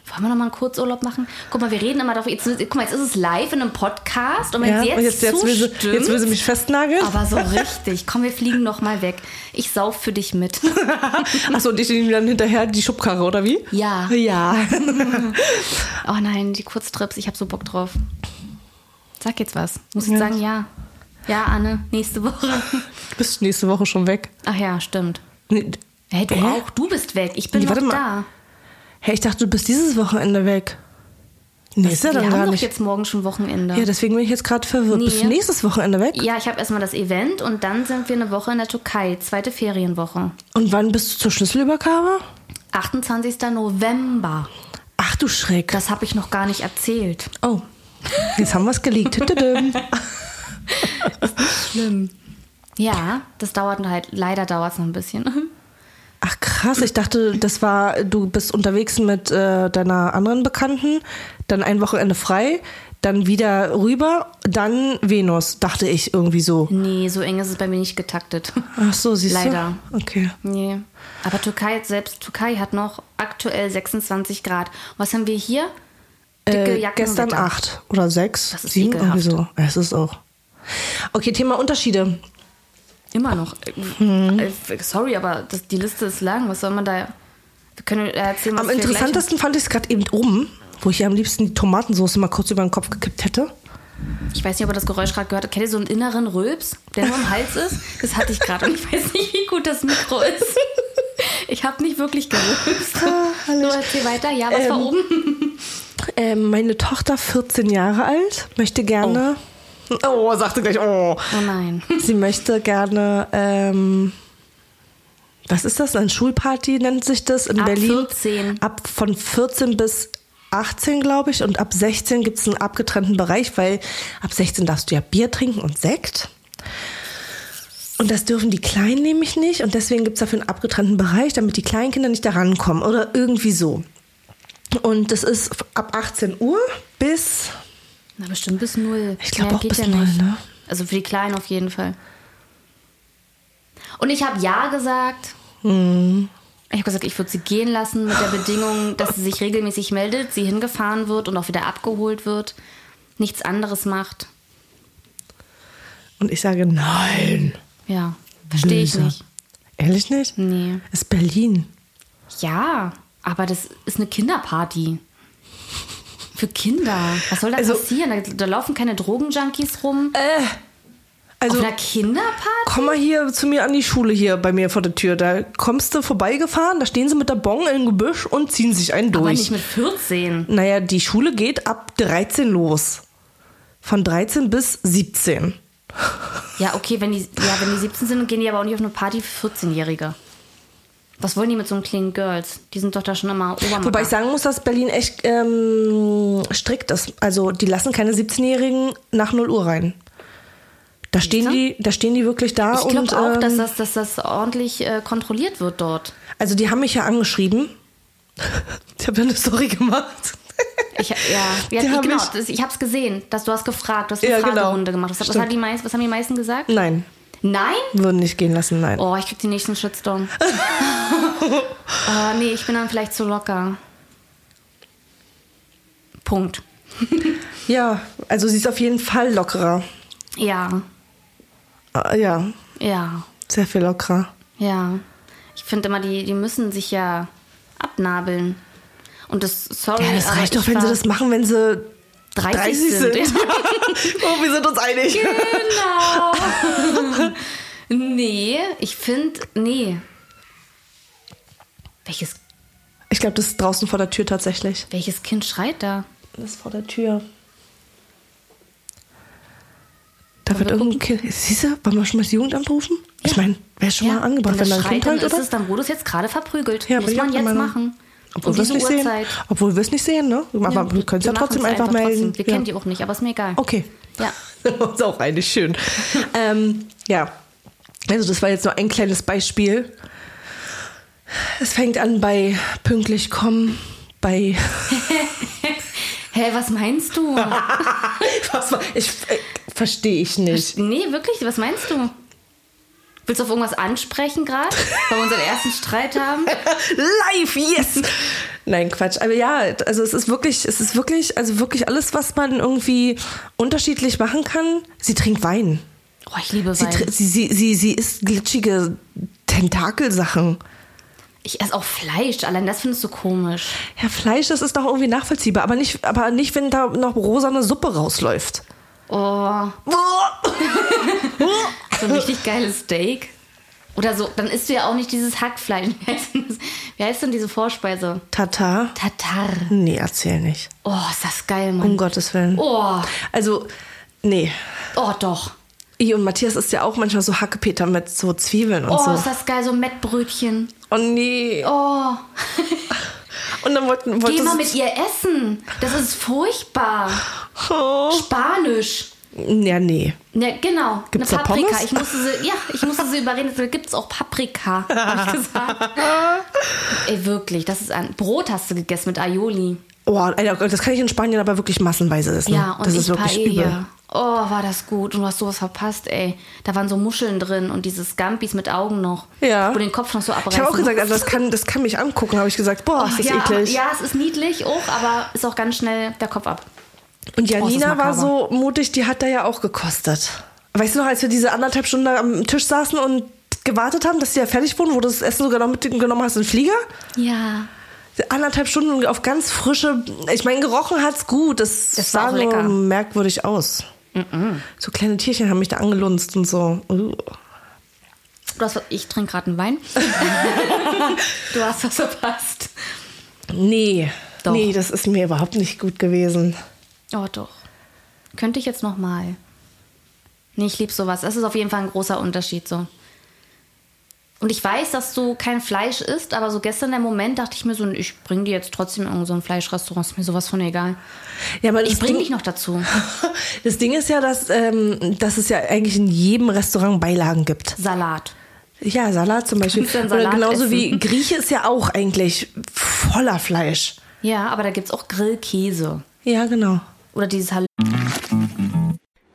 Speaker 2: Wollen wir nochmal einen Kurzurlaub machen? Guck mal, wir reden immer darüber. Jetzt, guck mal, jetzt ist es live in einem Podcast und wenn
Speaker 1: Ja,
Speaker 2: sie jetzt,
Speaker 1: und jetzt, jetzt, will sie,
Speaker 2: zustimmt,
Speaker 1: jetzt will sie mich festnageln.
Speaker 2: aber so richtig. Komm, wir fliegen nochmal weg. Ich sauf für dich mit.
Speaker 1: Achso, und ich nehme dann hinterher die Schubkarre, oder wie?
Speaker 2: Ja.
Speaker 1: Ja.
Speaker 2: Oh nein, die Kurztrips, ich hab so Bock drauf. Sag jetzt was. Muss ich
Speaker 1: Ja.
Speaker 2: sagen, ja. Ja, Anne, nächste Woche.
Speaker 1: Bist du nächste Woche schon weg?
Speaker 2: Ach ja, stimmt.
Speaker 1: Nee.
Speaker 2: Hey, du
Speaker 1: Hä?
Speaker 2: auch, du bist weg. Ich bin
Speaker 1: Nee,
Speaker 2: noch
Speaker 1: warte mal.
Speaker 2: da.
Speaker 1: Hey, ich dachte, du bist dieses Wochenende weg. Nee, ist ja
Speaker 2: wir
Speaker 1: dann
Speaker 2: haben
Speaker 1: gar
Speaker 2: doch
Speaker 1: nicht.
Speaker 2: jetzt morgen schon Wochenende.
Speaker 1: Ja, deswegen bin ich jetzt gerade verwirrt.
Speaker 2: Nee.
Speaker 1: Bist du nächstes Wochenende weg?
Speaker 2: Ja, ich habe erstmal das Event und dann sind wir eine Woche in der Türkei, zweite Ferienwoche.
Speaker 1: Und wann bist du zur Schlüsselübergabe?
Speaker 2: 28. November.
Speaker 1: Ach du Schreck.
Speaker 2: Das habe ich noch gar nicht erzählt.
Speaker 1: oh. Jetzt haben wir es geleakt. Tütüdüm.
Speaker 2: Ja, das dauert halt, leider dauert es noch ein bisschen.
Speaker 1: Ach krass, ich dachte, das war, du bist unterwegs mit äh, deiner anderen Bekannten, dann ein Wochenende frei, dann wieder rüber, dann Venus, dachte ich irgendwie so.
Speaker 2: Nee, so eng ist es bei mir nicht getaktet.
Speaker 1: Ach so, siehst
Speaker 2: Leider.
Speaker 1: du? Okay.
Speaker 2: Nee. Aber Türkei, selbst Türkei hat noch aktuell 26 Grad. Was haben wir hier?
Speaker 1: Äh,
Speaker 2: Dicke
Speaker 1: gestern
Speaker 2: Jackenwetter.
Speaker 1: acht oder sechs,
Speaker 2: Das ist
Speaker 1: sieben, irgendwie
Speaker 2: ekelhaft.
Speaker 1: so. Es ist auch. Okay, Thema Unterschiede.
Speaker 2: Immer noch.
Speaker 1: Mhm.
Speaker 2: Äh, Sorry, aber das, die Liste ist lang. Was soll man da. Wir können äh, erzählen, was
Speaker 1: Am
Speaker 2: wir gleich-
Speaker 1: interessantesten fand ich es gerade eben oben, wo ich ihr am liebsten die Tomatensauce mal kurz über den Kopf gekippt hätte.
Speaker 2: Ich weiß nicht, ob ihr das Geräusch gerade gehört habt. Kennt ihr so einen inneren Rülps, der nur im Hals ist? Das hatte ich gerade und ich weiß nicht, wie gut das Mikro ist. Ich habe nicht wirklich gerülpst.
Speaker 1: herrlich.
Speaker 2: Nur erzähl weiter. Ja, was
Speaker 1: Ah,
Speaker 2: war
Speaker 1: Ähm,
Speaker 2: oben?
Speaker 1: Ähm, meine Tochter, 14 Jahre alt, möchte gerne. Oh, sagte gleich, oh.
Speaker 2: Oh nein.
Speaker 1: Sie möchte gerne, ähm, was ist das? Eine Schulparty nennt sich das in
Speaker 2: Ab
Speaker 1: Berlin.
Speaker 2: 14.
Speaker 1: Ab von 14 bis 18, glaube ich. Und ab 16 gibt es einen abgetrennten Bereich, weil ab 16 darfst du ja Bier trinken und Sekt. Und das dürfen die Kleinen nämlich nicht. Und deswegen gibt es dafür einen abgetrennten Bereich, damit die Kleinkinder nicht da rankommen. Oder irgendwie so. Und das ist ab 18 Uhr bis
Speaker 2: Na, bestimmt bis null.
Speaker 1: Ich glaub
Speaker 2: Mehr
Speaker 1: auch bis null, ne?
Speaker 2: Also für die Kleinen auf jeden Fall. Und ich habe Ja gesagt.
Speaker 1: Hm.
Speaker 2: Ich habe gesagt, ich würde sie gehen lassen mit der Bedingung, dass sie sich regelmäßig meldet, sie hingefahren wird und auch wieder abgeholt wird, nichts anderes macht.
Speaker 1: Und ich sage, nein.
Speaker 2: Ja, verstehe ich
Speaker 1: Böse.
Speaker 2: nicht.
Speaker 1: Ehrlich nicht?
Speaker 2: Nee.
Speaker 1: Ist Berlin.
Speaker 2: Ja, aber das ist eine Kinderparty. Für Kinder. Was soll da
Speaker 1: Also-
Speaker 2: passieren? Da, da laufen keine Drogenjunkies rum.
Speaker 1: Also,
Speaker 2: Auf einer Kinderparty?
Speaker 1: komm mal hier zu mir an die Schule hier bei mir vor der Tür. Da kommst du vorbeigefahren, da stehen sie mit der Bong im Gebüsch und ziehen sich einen
Speaker 2: Aber
Speaker 1: durch.
Speaker 2: nicht mit 14.
Speaker 1: Naja, die Schule geht ab 13 los. Von 13 bis 17.
Speaker 2: Ja, okay, wenn die, ja, wenn die 17 sind, gehen die aber auch nicht auf eine Party für 14-Jährige. Was wollen die mit so einem Clean Girls? Die sind doch da schon immer Obermacher.
Speaker 1: Wobei ich sagen muss, dass Berlin echt ähm, strikt ist. Also die lassen keine 17-Jährigen nach 0 Uhr rein. Da stehen, die, da stehen die wirklich da
Speaker 2: ich
Speaker 1: und
Speaker 2: glaube auch,
Speaker 1: ähm,
Speaker 2: dass das, dass das ordentlich äh, kontrolliert wird dort.
Speaker 1: also die haben mich ja angeschrieben. ich habe ja eine Story gemacht.
Speaker 2: Ich, ja, ja
Speaker 1: Die
Speaker 2: ich,
Speaker 1: haben
Speaker 2: genau,
Speaker 1: mich-
Speaker 2: das, ich habe es gesehen, dass du hast gefragt, du hast
Speaker 1: Ja,
Speaker 2: eine
Speaker 1: genau.
Speaker 2: Fragerunde gemacht. Was, was,
Speaker 1: Stimmt.
Speaker 2: hat die meist, was haben die meisten gesagt?
Speaker 1: Nein,
Speaker 2: Nein?
Speaker 1: würden nicht gehen lassen, nein.
Speaker 2: Oh, ich krieg den nächsten Shitstorm. oh, nee, ich bin dann vielleicht zu locker. Punkt.
Speaker 1: Ja, also sie ist auf jeden Fall lockerer.
Speaker 2: Ja,
Speaker 1: Äh, ja,
Speaker 2: ja,
Speaker 1: sehr viel lockerer.
Speaker 2: ja. Ich finde immer, die, die müssen sich ja abnabeln. Und das, sorry,
Speaker 1: Ja, das
Speaker 2: aber
Speaker 1: reicht
Speaker 2: ich
Speaker 1: doch, wenn sie
Speaker 2: war
Speaker 1: Ah, das machen, wenn sie
Speaker 2: 30,
Speaker 1: 30
Speaker 2: sind.
Speaker 1: sind. Ja. Oh, wir sind uns einig.
Speaker 2: Genau. nee, ich finde, nee. Welches,
Speaker 1: Ich glaube, das ist draußen vor der Tür tatsächlich.
Speaker 2: welches Kind schreit da?
Speaker 1: Das ist vor der Tür. Da wird irgendein Kind. Siehst du, wollen wir schon mal das Jugendamt rufen? Ich meine, wäre schon mal angebracht, wenn
Speaker 2: das
Speaker 1: da ein Kind
Speaker 2: schreit, dann
Speaker 1: heult,
Speaker 2: ist
Speaker 1: oder?
Speaker 2: es, dann wurde es jetzt gerade verprügelt.
Speaker 1: Ja, bin
Speaker 2: Muss
Speaker 1: ich
Speaker 2: man
Speaker 1: auch
Speaker 2: jetzt
Speaker 1: der Meinung.
Speaker 2: machen. Um
Speaker 1: obwohl wir es nicht sehen. Obwohl wir es nicht sehen, ne? Aber wir können es ja trotzdem einfach, melden.
Speaker 2: Trotzdem. Wir
Speaker 1: ja.
Speaker 2: kennen die auch nicht, aber ist mir egal.
Speaker 1: Okay.
Speaker 2: Ja.
Speaker 1: Das ist auch eigentlich schön. ähm, ja. Also, das war jetzt nur ein kleines Beispiel. Es fängt an bei pünktlich kommen, bei.
Speaker 2: Hä, was meinst du?
Speaker 1: Was war, ich äh, verstehe ich nicht.
Speaker 2: nee, wirklich, was meinst du? Willst du auf irgendwas ansprechen gerade? Weil wir unseren ersten Streit haben?
Speaker 1: Live, yes! Nein, Quatsch. Aber ja, also es ist wirklich, es ist wirklich, also wirklich alles, was man irgendwie unterschiedlich machen kann. Sie trinkt Wein.
Speaker 2: Oh, ich liebe
Speaker 1: Sie,
Speaker 2: Wein.
Speaker 1: tr- sie, sie, sie, sie isst glitschige Tentakelsachen.
Speaker 2: Ich esse auch Fleisch, allein das findest du komisch.
Speaker 1: Ja, Fleisch, das ist doch irgendwie nachvollziehbar, aber nicht, aber nicht, wenn da noch rosane Suppe rausläuft.
Speaker 2: Oh, so ein richtig geiles Steak. Oder so, dann isst du ja auch nicht dieses Hackfleisch. Wie heißt denn, das? Wie heißt denn diese Vorspeise?
Speaker 1: Tata?
Speaker 2: Tatar.
Speaker 1: Nee, erzähl nicht.
Speaker 2: Oh, ist das geil,
Speaker 1: Um
Speaker 2: Mann.
Speaker 1: Gottes Willen.
Speaker 2: Oh,
Speaker 1: Also, nee.
Speaker 2: oh doch.
Speaker 1: Ich und Matthias ist ja auch manchmal so Hackepeter mit so Zwiebeln und
Speaker 2: Oh,
Speaker 1: so.
Speaker 2: ist das geil, so Mettbrötchen.
Speaker 1: Oh nee.
Speaker 2: Oh,
Speaker 1: Und dann wollten
Speaker 2: geh
Speaker 1: wolltest
Speaker 2: mal mit ihr essen. Das ist furchtbar.
Speaker 1: Oh.
Speaker 2: Spanisch.
Speaker 1: Ja, nee.
Speaker 2: Ja, genau.
Speaker 1: Gibt's da
Speaker 2: Eine Paprika.
Speaker 1: Pommes?
Speaker 2: Ich musste sie, ja, ich musste sie überreden. Da gibt es auch Paprika, hab ich gesagt. Ey, wirklich, das ist ein. Brot hast du gegessen mit Aioli.
Speaker 1: Oh, Alter, das kann ich in Spanien aber wirklich massenweise essen.
Speaker 2: Ja, und
Speaker 1: das
Speaker 2: ich
Speaker 1: ist wirklich
Speaker 2: Paella.
Speaker 1: übel.
Speaker 2: Oh, war das gut. Und du hast sowas verpasst, ey. Da waren so Muscheln drin und diese Scampis mit Augen noch.
Speaker 1: Ja.
Speaker 2: Wo den Kopf noch so abreißen.
Speaker 1: Ich habe auch gesagt, also das kann, das kann mich angucken, habe ich gesagt. Boah, ist das
Speaker 2: ja,
Speaker 1: eklig.
Speaker 2: Ja, Oh, es ist niedlich auch, aber ist auch ganz schnell der Kopf ab.
Speaker 1: Und Janina
Speaker 2: Oh,
Speaker 1: war
Speaker 2: das ist
Speaker 1: so mutig, die hat da ja auch gekostet. Weißt du noch, als wir diese anderthalb Stunden da am Tisch saßen und gewartet haben, dass die ja fertig wurden, wo du das Essen sogar noch mitgenommen hast in den Flieger?
Speaker 2: Ja.
Speaker 1: Anderthalb Stunden auf ganz frische. Ich meine, gerochen hat's gut. Das,
Speaker 2: Das war
Speaker 1: sah
Speaker 2: auch
Speaker 1: nur
Speaker 2: lecker.
Speaker 1: merkwürdig aus. So kleine Tierchen haben mich da angelunzt und so. Uh.
Speaker 2: Du hast, ich trinke gerade einen Wein. du hast was verpasst.
Speaker 1: Nee.
Speaker 2: Doch.
Speaker 1: Nee, das ist mir überhaupt nicht gut gewesen.
Speaker 2: Oh, doch. Könnte ich jetzt nochmal. Nee, ich liebe sowas. Das ist auf jeden Fall ein großer Unterschied so. Und ich weiß, dass du kein Fleisch isst, aber so gestern der Moment dachte ich mir so, ich bring dir jetzt trotzdem in irgendein so ein Fleischrestaurant, ist mir sowas von egal.
Speaker 1: Ja, aber
Speaker 2: Ich
Speaker 1: das
Speaker 2: bring
Speaker 1: Ding-
Speaker 2: dich noch dazu.
Speaker 1: Das Ding ist ja, dass, ähm, dass es ja eigentlich in jedem Restaurant Beilagen gibt.
Speaker 2: Salat.
Speaker 1: Ja, Salat zum Beispiel.
Speaker 2: Kannst du einen
Speaker 1: Oder
Speaker 2: Salat
Speaker 1: genauso
Speaker 2: essen?
Speaker 1: wie Grieche ist ja auch eigentlich voller Fleisch.
Speaker 2: Ja, aber da gibt's auch Grillkäse.
Speaker 1: Ja, genau.
Speaker 2: Oder dieses Hal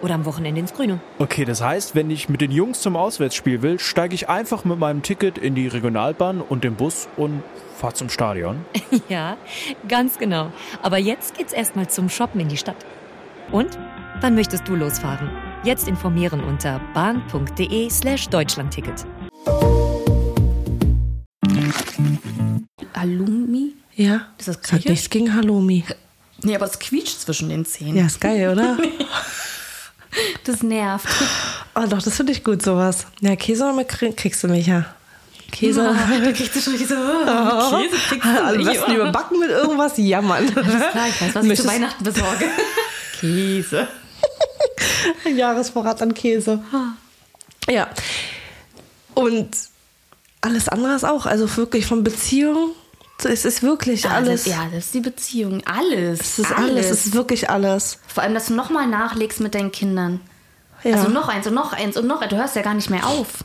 Speaker 3: oder am Wochenende ins Grüne.
Speaker 4: Okay, das heißt, wenn ich mit den Jungs zum Auswärtsspiel will, steige ich einfach mit meinem Ticket in die Regionalbahn und den Bus und fahre zum Stadion.
Speaker 3: Ja, ganz genau. Aber jetzt geht's erstmal zum Shoppen in die Stadt. Und wann möchtest du losfahren? Jetzt informieren unter bahn.de/slash deutschlandticket.
Speaker 2: Alumi?
Speaker 1: Ja.
Speaker 2: Ist das
Speaker 1: Hat
Speaker 2: Griechisch?
Speaker 1: nichts gegen Halloumi.
Speaker 2: Nee, aber es quietscht zwischen den Zähnen.
Speaker 1: Ja, ist geil, oder?
Speaker 2: Das nervt.
Speaker 1: Oh, doch, das finde ich gut, sowas. Ja, Käse oder Makrelen kriegst du mich, ja. Käse.
Speaker 2: Da kriegst du schon diese oh, Käse kriegst du
Speaker 1: Am
Speaker 2: nicht,
Speaker 1: besten
Speaker 2: oh.
Speaker 1: überbacken mit irgendwas, jammern.
Speaker 2: Alles klar, ich weiß, was ich zu
Speaker 1: Möchtest-
Speaker 2: Weihnachten besorge. Käse.
Speaker 1: Jahresvorrat an Käse. Ja. Und alles andere ist auch, also wirklich von Beziehung, es ist wirklich alles.
Speaker 2: Ja, das ist die Beziehung. Alles.
Speaker 1: Es ist alles, es ist wirklich alles.
Speaker 2: Vor allem, dass du nochmal nachlegst mit deinen Kindern.
Speaker 1: Ja.
Speaker 2: Also noch eins und noch eins und noch eins. Du hörst ja gar nicht mehr auf.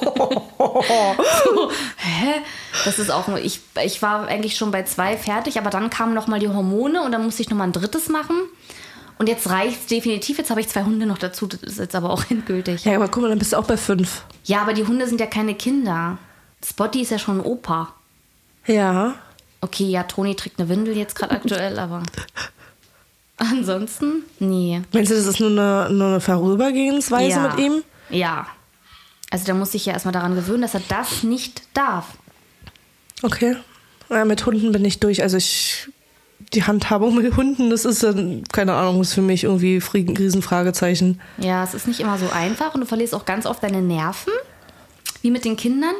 Speaker 2: so, hä? Das ist auch nur. Ich, ich war eigentlich schon bei zwei fertig, aber dann kamen nochmal die Hormone und dann musste ich nochmal ein drittes machen. Und jetzt reicht es definitiv. Jetzt habe ich zwei Hunde noch dazu. Das ist jetzt aber auch endgültig.
Speaker 1: Ja, aber guck mal, dann bist du auch bei fünf.
Speaker 2: Ja, aber die Hunde sind ja keine Kinder. Spotty ist ja schon ein Opa.
Speaker 1: Ja.
Speaker 2: Okay, ja, Toni trägt eine Windel jetzt gerade aktuell, aber. Ansonsten? Nee.
Speaker 1: Meinst du, das ist nur eine, nur eine Vorübergehensweise
Speaker 2: ja.
Speaker 1: mit ihm?
Speaker 2: Ja. Also da muss ich ja erstmal daran gewöhnen, dass er das nicht darf.
Speaker 1: Okay. Ja, mit Hunden bin ich durch. Also ich. Die Handhabung mit Hunden, das ist dann, keine Ahnung, ist für mich irgendwie Frieden, Riesenfragezeichen.
Speaker 2: Ja, es ist nicht immer so einfach und du verlierst auch ganz oft deine Nerven, wie mit den Kindern.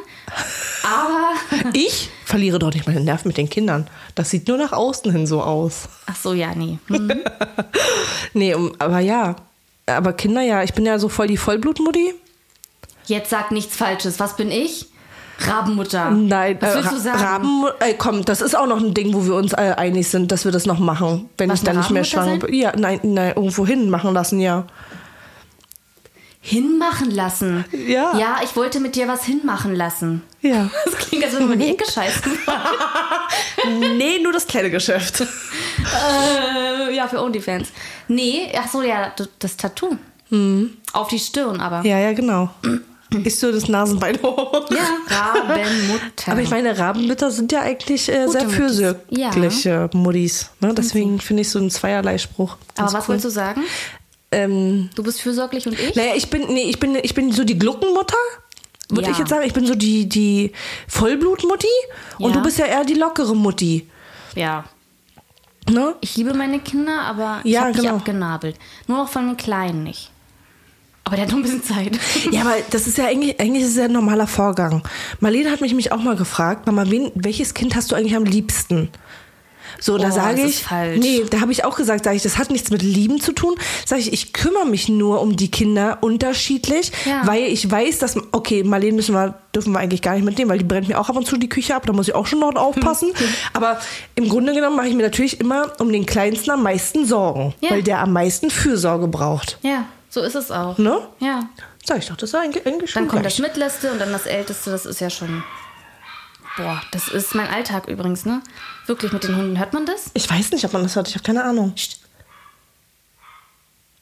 Speaker 2: Aber.
Speaker 1: Ich verliere doch nicht meine Nerven mit den Kindern. Das sieht nur nach außen hin so aus.
Speaker 2: Ach so, ja, nee. Hm.
Speaker 1: Nee, um, aber ja. Aber Kinder ja, ich bin ja so voll die Vollblutmutti.
Speaker 2: Jetzt sag nichts Falsches. Was bin ich? Rabenmutter.
Speaker 1: Nein,
Speaker 2: Was
Speaker 1: äh,
Speaker 2: willst
Speaker 1: Ra-
Speaker 2: du sagen?
Speaker 1: Raben, äh, komm, das ist auch noch ein Ding, wo wir uns äh, einig sind, dass wir das noch machen, wenn
Speaker 2: Was,
Speaker 1: ich dann
Speaker 2: eine
Speaker 1: nicht mehr schwanger
Speaker 2: Rabenmutter sein?
Speaker 1: bin. Ja, nein, nein, irgendwo hin machen lassen, ja.
Speaker 2: Hinmachen lassen.
Speaker 1: Ja.
Speaker 2: Ja, ich wollte mit dir was hinmachen lassen.
Speaker 1: Ja.
Speaker 2: Das klingt, als würde man in die Ecke scheißen.
Speaker 1: nee, nur das kleine Geschäft.
Speaker 2: äh, ja, für OnlyFans. Nee, ach so, ja, d- das Tattoo. Auf die Stirn aber.
Speaker 1: Hm. Ja, ja, genau. Ich so das Nasenbein hoch.
Speaker 2: Ja, Rabenmutter.
Speaker 1: Aber ich meine, Rabenmütter sind ja eigentlich äh, sehr
Speaker 2: Muttis.
Speaker 1: fürsorgliche Muttis. Ne? Deswegen finde ich so einen zweierlei Spruch.
Speaker 2: Aber was wolltest du sagen?
Speaker 1: Ähm,
Speaker 2: Du bist fürsorglich und ich?
Speaker 1: naja, ich bin, nee, ich bin, ich bin so die Gluckenmutter. Würde
Speaker 2: Ja.
Speaker 1: ich jetzt sagen, ich bin so die, die Vollblutmutti und
Speaker 2: Ja.
Speaker 1: du bist ja eher die lockere Mutti.
Speaker 2: Ja.
Speaker 1: Ne?
Speaker 2: Ich liebe meine Kinder, aber ich
Speaker 1: Ja,
Speaker 2: habe
Speaker 1: genau.
Speaker 2: dich abgenabelt. Nur noch von den Kleinen nicht. Aber der hat noch ein bisschen Zeit.
Speaker 1: Ja, aber das ist ja eigentlich, eigentlich ist es ja ein normaler Vorgang. Marlene hat mich, mich auch mal gefragt, Mama, wen, welches Kind hast du eigentlich am liebsten? So,
Speaker 2: Oh,
Speaker 1: da sage
Speaker 2: das ist
Speaker 1: ich,
Speaker 2: falsch.
Speaker 1: nee, da habe ich auch gesagt, sage ich, das hat nichts mit Lieben zu tun. Sage ich, ich kümmere mich nur um die Kinder unterschiedlich,
Speaker 2: Ja.
Speaker 1: weil ich weiß, dass, okay, Marlene müssen wir, dürfen wir eigentlich gar nicht mitnehmen, weil die brennt mir auch ab und zu die Küche ab, da muss ich auch schon noch aufpassen. Aber im Grunde genommen mache ich mir natürlich immer um den Kleinsten am meisten Sorgen,
Speaker 2: Ja.
Speaker 1: weil der am meisten Fürsorge braucht.
Speaker 2: ja, so ist es auch.
Speaker 1: Ne?
Speaker 2: Ja.
Speaker 1: Sag ich doch, das ist eigentlich eigentlich schon
Speaker 2: Dann kommt
Speaker 1: gleich.
Speaker 2: das Mittleste und dann das Älteste. Das ist ja schon. Boah, das ist mein Alltag übrigens, ne? Wirklich mit den Hunden. Hört man das?
Speaker 1: Ich weiß nicht, ob man das hört. Ich habe keine Ahnung.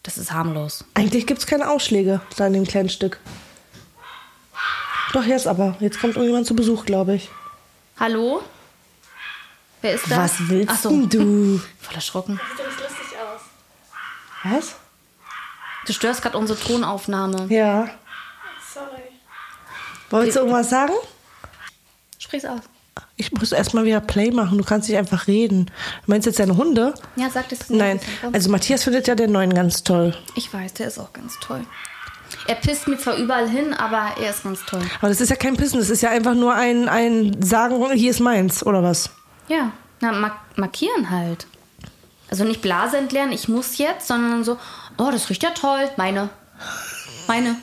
Speaker 2: Das ist harmlos.
Speaker 1: Eigentlich gibt es keine Ausschläge da in dem kleinen Stück. Doch, jetzt aber. Jetzt kommt irgendjemand zu Besuch, glaube ich.
Speaker 2: Hallo? Wer ist da?
Speaker 1: Was willst
Speaker 2: Ach so.
Speaker 1: denn du?
Speaker 2: Voll erschrocken.
Speaker 1: Was?
Speaker 2: Du störst gerade unsere Tonaufnahme.
Speaker 1: Ja. Sorry. Wolltest du irgendwas sagen?
Speaker 2: Sprich's aus.
Speaker 1: Ich muss erstmal wieder Play machen. Du kannst nicht einfach reden. Meinst du jetzt deine Hunde?
Speaker 2: Ja, sag das
Speaker 1: Nein. Also Matthias findet ja den neuen ganz toll.
Speaker 2: Ich weiß, der ist auch ganz toll. Er pisst mir zwar überall hin, aber er ist ganz toll.
Speaker 1: Aber das ist ja kein Pissen. Das ist ja einfach nur ein, ein Sagen, hier ist meins, oder was?
Speaker 2: Ja, na, mark markieren halt. Also nicht Blase entleeren, ich muss jetzt, sondern so, oh, das riecht ja toll, meine. Meine.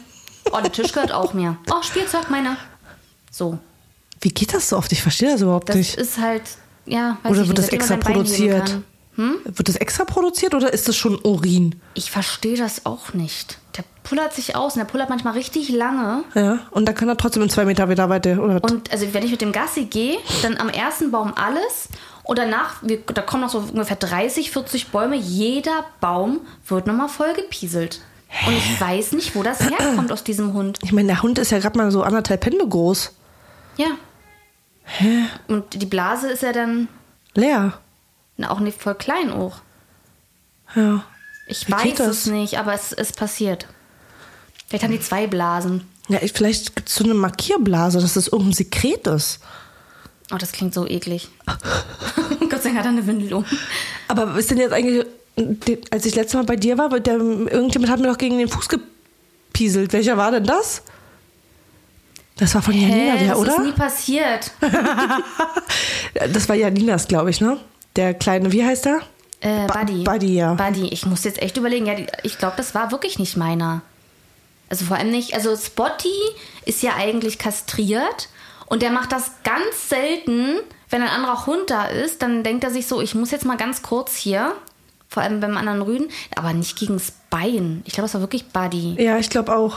Speaker 2: Oh, der Tisch gehört auch mir. Oh, Spielzeug, meine. So.
Speaker 1: Wie geht das so oft? Ich verstehe das überhaupt
Speaker 2: Das
Speaker 1: nicht.
Speaker 2: ist halt, ja, weiß
Speaker 1: Oder
Speaker 2: ich
Speaker 1: wird
Speaker 2: nicht,
Speaker 1: das
Speaker 2: seitdem man
Speaker 1: extra
Speaker 2: sein Bein heben
Speaker 1: produziert?
Speaker 2: kann.
Speaker 1: Wird das extra produziert oder ist das schon Urin?
Speaker 2: Ich verstehe das auch nicht. Der pullert sich aus und der pullert manchmal richtig lange.
Speaker 1: Ja. Und dann kann er trotzdem in zwei Meter wieder weiter. Oder was?
Speaker 2: Und also wenn ich mit dem Gassi gehe, dann am ersten Baum alles Und danach, wir, da kommen noch so ungefähr 30, 40 Bäume. Jeder Baum wird nochmal vollgepieselt. Und ich weiß nicht, wo das herkommt aus diesem Hund.
Speaker 1: Ich meine, der Hund ist ja gerade mal so anderthalb Hände groß.
Speaker 2: Ja. Und die Blase ist ja dann
Speaker 1: Leer.
Speaker 2: na, auch nicht voll klein auch.
Speaker 1: Ja.
Speaker 2: Ich
Speaker 1: Wie
Speaker 2: weiß
Speaker 1: geht das?
Speaker 2: es nicht, aber es ist passiert. Vielleicht haben die zwei Blasen.
Speaker 1: Ja, ich- vielleicht gibt es so eine Markierblase, dass das irgendein Sekret ist.
Speaker 2: Oh, das klingt so eklig. Gott sei Dank hat er eine Windel um.
Speaker 1: Aber ist denn jetzt eigentlich, den- als ich letztes Mal bei dir war, mit der, irgendjemand hat mir doch gegen den Fuß gepieselt. Welcher war denn das? Das war von Janina,
Speaker 2: Hä,
Speaker 1: der,
Speaker 2: das ist
Speaker 1: oder?
Speaker 2: nie passiert.
Speaker 1: Das war Janinas, glaube ich, ne? Der kleine, wie heißt der?
Speaker 2: Äh,
Speaker 1: Ba-
Speaker 2: Buddy.
Speaker 1: Buddy, ja.
Speaker 2: Buddy, ich muss jetzt echt überlegen. Ja, die, ich glaube, das war wirklich nicht meiner. Also vor allem nicht. Also Spotty ist ja eigentlich kastriert und der macht das ganz selten, wenn ein anderer Hund da ist, dann denkt er sich so, ich muss jetzt mal ganz kurz hier. Vor allem beim anderen Rüden, aber nicht gegen das Bein. Ich glaube, das war wirklich Buddy.
Speaker 1: Ja, ich glaube auch.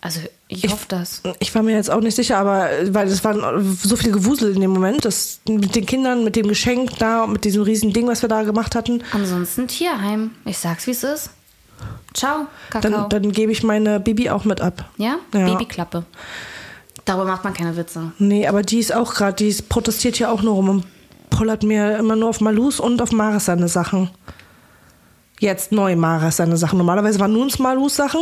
Speaker 2: Also ich,
Speaker 1: Ich-
Speaker 2: hoffe das.
Speaker 1: Ich war mir jetzt auch nicht sicher, aber äh, weil es waren so viel Gewusel in dem Moment, das mit den Kindern, mit dem Geschenk da, und mit diesem riesen Ding, was wir da gemacht hatten.
Speaker 2: Ansonsten Tierheim. Ich sag's, wie es ist. Ciao, Kakao.
Speaker 1: Dann, dann gebe ich meine Bibi auch mit ab.
Speaker 2: ja?
Speaker 1: Ja.
Speaker 2: Babyklappe. Darüber macht man keine Witze.
Speaker 1: Nee, aber die ist auch gerade, die ist, protestiert hier auch nur rum und pollert mir immer nur auf Malus und auf Maris seine Sachen. Jetzt neu Maris seine Sachen. Normalerweise waren nur uns Malus Sachen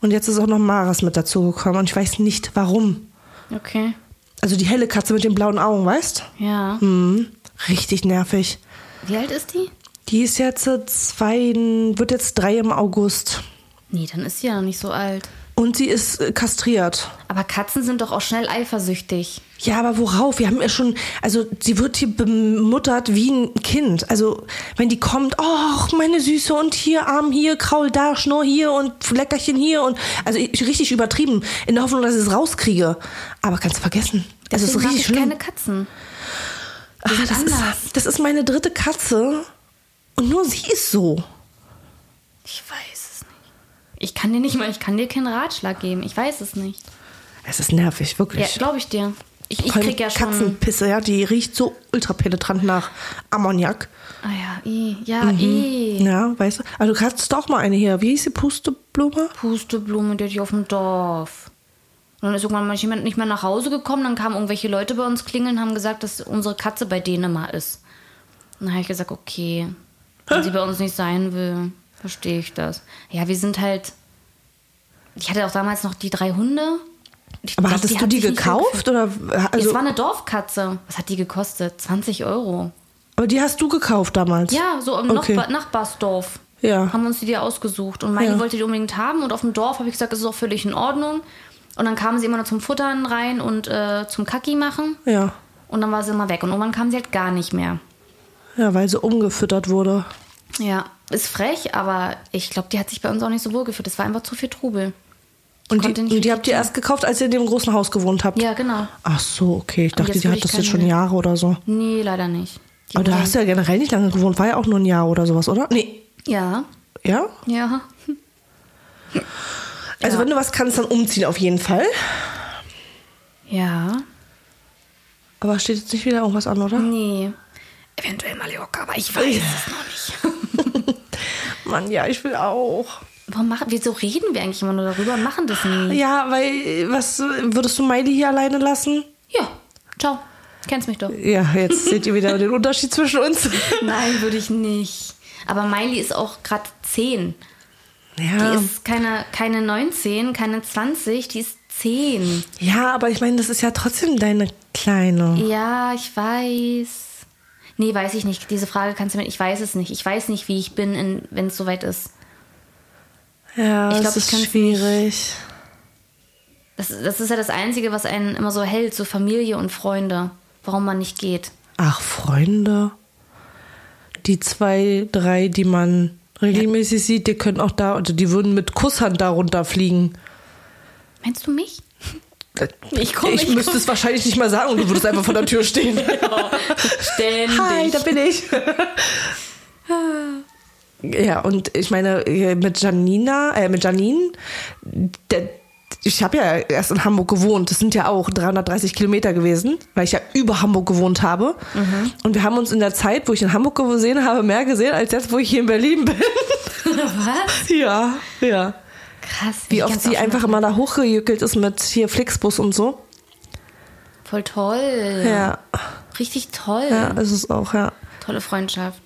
Speaker 1: und jetzt ist auch noch Maris mit dazugekommen und ich weiß nicht warum.
Speaker 2: Okay.
Speaker 1: Also die helle Katze mit den blauen Augen, weißt?
Speaker 2: Ja.
Speaker 1: Hm, richtig nervig.
Speaker 2: Wie alt ist die?
Speaker 1: Die ist jetzt äh, zwei, wird jetzt drei im August.
Speaker 2: Nee, dann ist sie ja noch nicht so alt.
Speaker 1: Und sie ist äh, kastriert.
Speaker 2: Aber Katzen sind doch auch schnell eifersüchtig.
Speaker 1: Ja, aber worauf? Wir haben ja schon, also sie wird hier bemuttert wie ein Kind. Also wenn die kommt, ach meine Süße und hier Arm hier, Kraul da, Schnur hier und Leckerchen hier und also ich, richtig übertrieben in der Hoffnung, dass ich es rauskriege. Aber kannst du vergessen. Also es ist
Speaker 2: Deswegen mag
Speaker 1: richtig
Speaker 2: ich
Speaker 1: schlimm.
Speaker 2: keine Katzen.
Speaker 1: Ach,
Speaker 2: sind
Speaker 1: das, ist,
Speaker 2: anders.
Speaker 1: das ist meine dritte Katze und nur sie ist so.
Speaker 2: Ich weiß es nicht. Ich kann dir nicht mal, ich kann dir keinen Ratschlag geben. Ich weiß es nicht.
Speaker 1: Es ist nervig,
Speaker 2: Ja,
Speaker 1: wirklich.
Speaker 2: glaube ich dir. Ich, ich
Speaker 1: Vor allem
Speaker 2: krieg ja schon.
Speaker 1: Katzenpisse, ja, die riecht so ultra penetrant nach Ammoniak.
Speaker 2: Ah ja, i, ja, i.
Speaker 1: Mhm. Ja, weißt du? Also du kannst doch mal eine hier. Wie hieß die Pusteblume?
Speaker 2: Pusteblume, der die auf dem Dorf. Und dann ist irgendwann mal jemand nicht mehr nach Hause gekommen. Dann kamen irgendwelche Leute bei uns klingeln und haben gesagt, dass unsere Katze bei denen mal ist. Und dann habe ich gesagt, okay, wenn sie bei uns nicht sein will, verstehe ich das. Ja, wir sind halt. Ich hatte auch damals noch die drei Hunde. Ich
Speaker 1: Aber
Speaker 2: glaub,
Speaker 1: hattest
Speaker 2: hat
Speaker 1: du die
Speaker 2: sich nicht
Speaker 1: gekauft?
Speaker 2: angefühlt.
Speaker 1: Oder,
Speaker 2: Also, es
Speaker 1: also,
Speaker 2: war eine Dorfkatze. Was hat die gekostet? 20 Euro.
Speaker 1: aber die hast du gekauft damals?
Speaker 2: Ja, so im
Speaker 1: Okay.
Speaker 2: Nachbar Nachbarsdorf.
Speaker 1: Ja.
Speaker 2: Haben wir uns die dir ausgesucht. Und meine
Speaker 1: Ja.
Speaker 2: wollte die unbedingt haben. Und auf dem Dorf habe ich gesagt, das ist auch völlig in Ordnung. Und dann kamen sie immer nur zum Futtern rein und äh, zum Kacki machen.
Speaker 1: Ja.
Speaker 2: Und dann war sie immer weg. Und irgendwann kam sie halt gar nicht mehr.
Speaker 1: Ja, weil sie umgefüttert wurde.
Speaker 2: Ja, ist frech, aber ich glaube, die hat sich bei uns auch nicht so wohl gefühlt. Es war einfach zu viel Trubel.
Speaker 1: Und die,
Speaker 2: konnte
Speaker 1: und
Speaker 2: nicht
Speaker 1: die
Speaker 2: richtig
Speaker 1: habt ihr erst gekauft, als ihr in dem großen Haus gewohnt habt?
Speaker 2: Ja, genau.
Speaker 1: Ach so, okay. Ich dachte,
Speaker 2: jetzt
Speaker 1: die
Speaker 2: will
Speaker 1: hat
Speaker 2: ich
Speaker 1: das jetzt
Speaker 2: keine
Speaker 1: schon
Speaker 2: mehr.
Speaker 1: Jahre oder so.
Speaker 2: Nee, leider nicht. Die
Speaker 1: Aber da
Speaker 2: wurde-
Speaker 1: hast du ja generell nicht lange gewohnt. War ja auch nur ein Jahr oder sowas, oder? Nee.
Speaker 2: Ja,
Speaker 1: Ja?
Speaker 2: ja.
Speaker 1: Also, wenn du was kannst, dann umziehen auf jeden Fall.
Speaker 2: Ja.
Speaker 1: Aber steht jetzt nicht wieder irgendwas an, oder?
Speaker 2: Nee. Eventuell Mallorca, aber ich weiß es noch nicht.
Speaker 1: Mann, ja, ich will auch.
Speaker 2: Warum machen, wieso reden wir eigentlich immer nur darüber und machen das nie?
Speaker 1: Ja, weil, was, würdest du Miley hier alleine lassen?
Speaker 2: Ja, ciao. Kennst mich doch.
Speaker 1: Ja, jetzt seht ihr wieder den Unterschied zwischen uns.
Speaker 2: Nein, würde ich nicht. Aber Miley ist auch gerade 10. Die
Speaker 1: Ja.
Speaker 2: ist keine, keine 19, keine 20, die ist 10.
Speaker 1: ja, aber ich meine, das ist ja trotzdem deine Kleine.
Speaker 2: Ja, ich weiß. Nee, weiß ich nicht. Diese Frage kannst du mir. Ich weiß es nicht. Ich weiß nicht, wie ich bin, wenn es soweit ist.
Speaker 1: Ja,
Speaker 2: Ich
Speaker 1: ich
Speaker 2: glaub,
Speaker 1: das
Speaker 2: ich kann's
Speaker 1: ist schwierig.
Speaker 2: Das, das ist ja das Einzige, was einen immer so hält, so Familie und Freunde. Warum man nicht geht.
Speaker 1: Ach, Freunde. Die zwei, drei, die man regelmäßig sieht, die können auch da, also die würden mit Kusshand da runterfliegen.
Speaker 2: Meinst du mich?
Speaker 1: Ich
Speaker 2: komm,
Speaker 1: Ich
Speaker 2: ich
Speaker 1: müsste es wahrscheinlich nicht mal sagen und du würdest einfach vor der Tür stehen.
Speaker 2: Ständig.
Speaker 1: Hi, da bin ich. ja, und ich meine, äh, mit Janina, äh, mit Janine, der, ich habe ja erst in Hamburg gewohnt. Das sind ja auch 330 Kilometer gewesen, weil ich ja über Hamburg gewohnt habe. Und wir haben uns in der Zeit, wo ich in Hamburg gesehen habe, mehr gesehen, als jetzt, wo ich hier in Berlin bin.
Speaker 2: Was?
Speaker 1: ja, ja.
Speaker 2: Krass.
Speaker 1: Wie
Speaker 2: ich
Speaker 1: oft
Speaker 2: ganz
Speaker 1: sie
Speaker 2: auch schon-
Speaker 1: einfach immer da hochgejückelt ist mit hier Flixbus und so.
Speaker 2: Voll toll.
Speaker 1: Ja,
Speaker 2: Richtig toll.
Speaker 1: ja, ist es auch, ja.
Speaker 2: Tolle Freundschaft.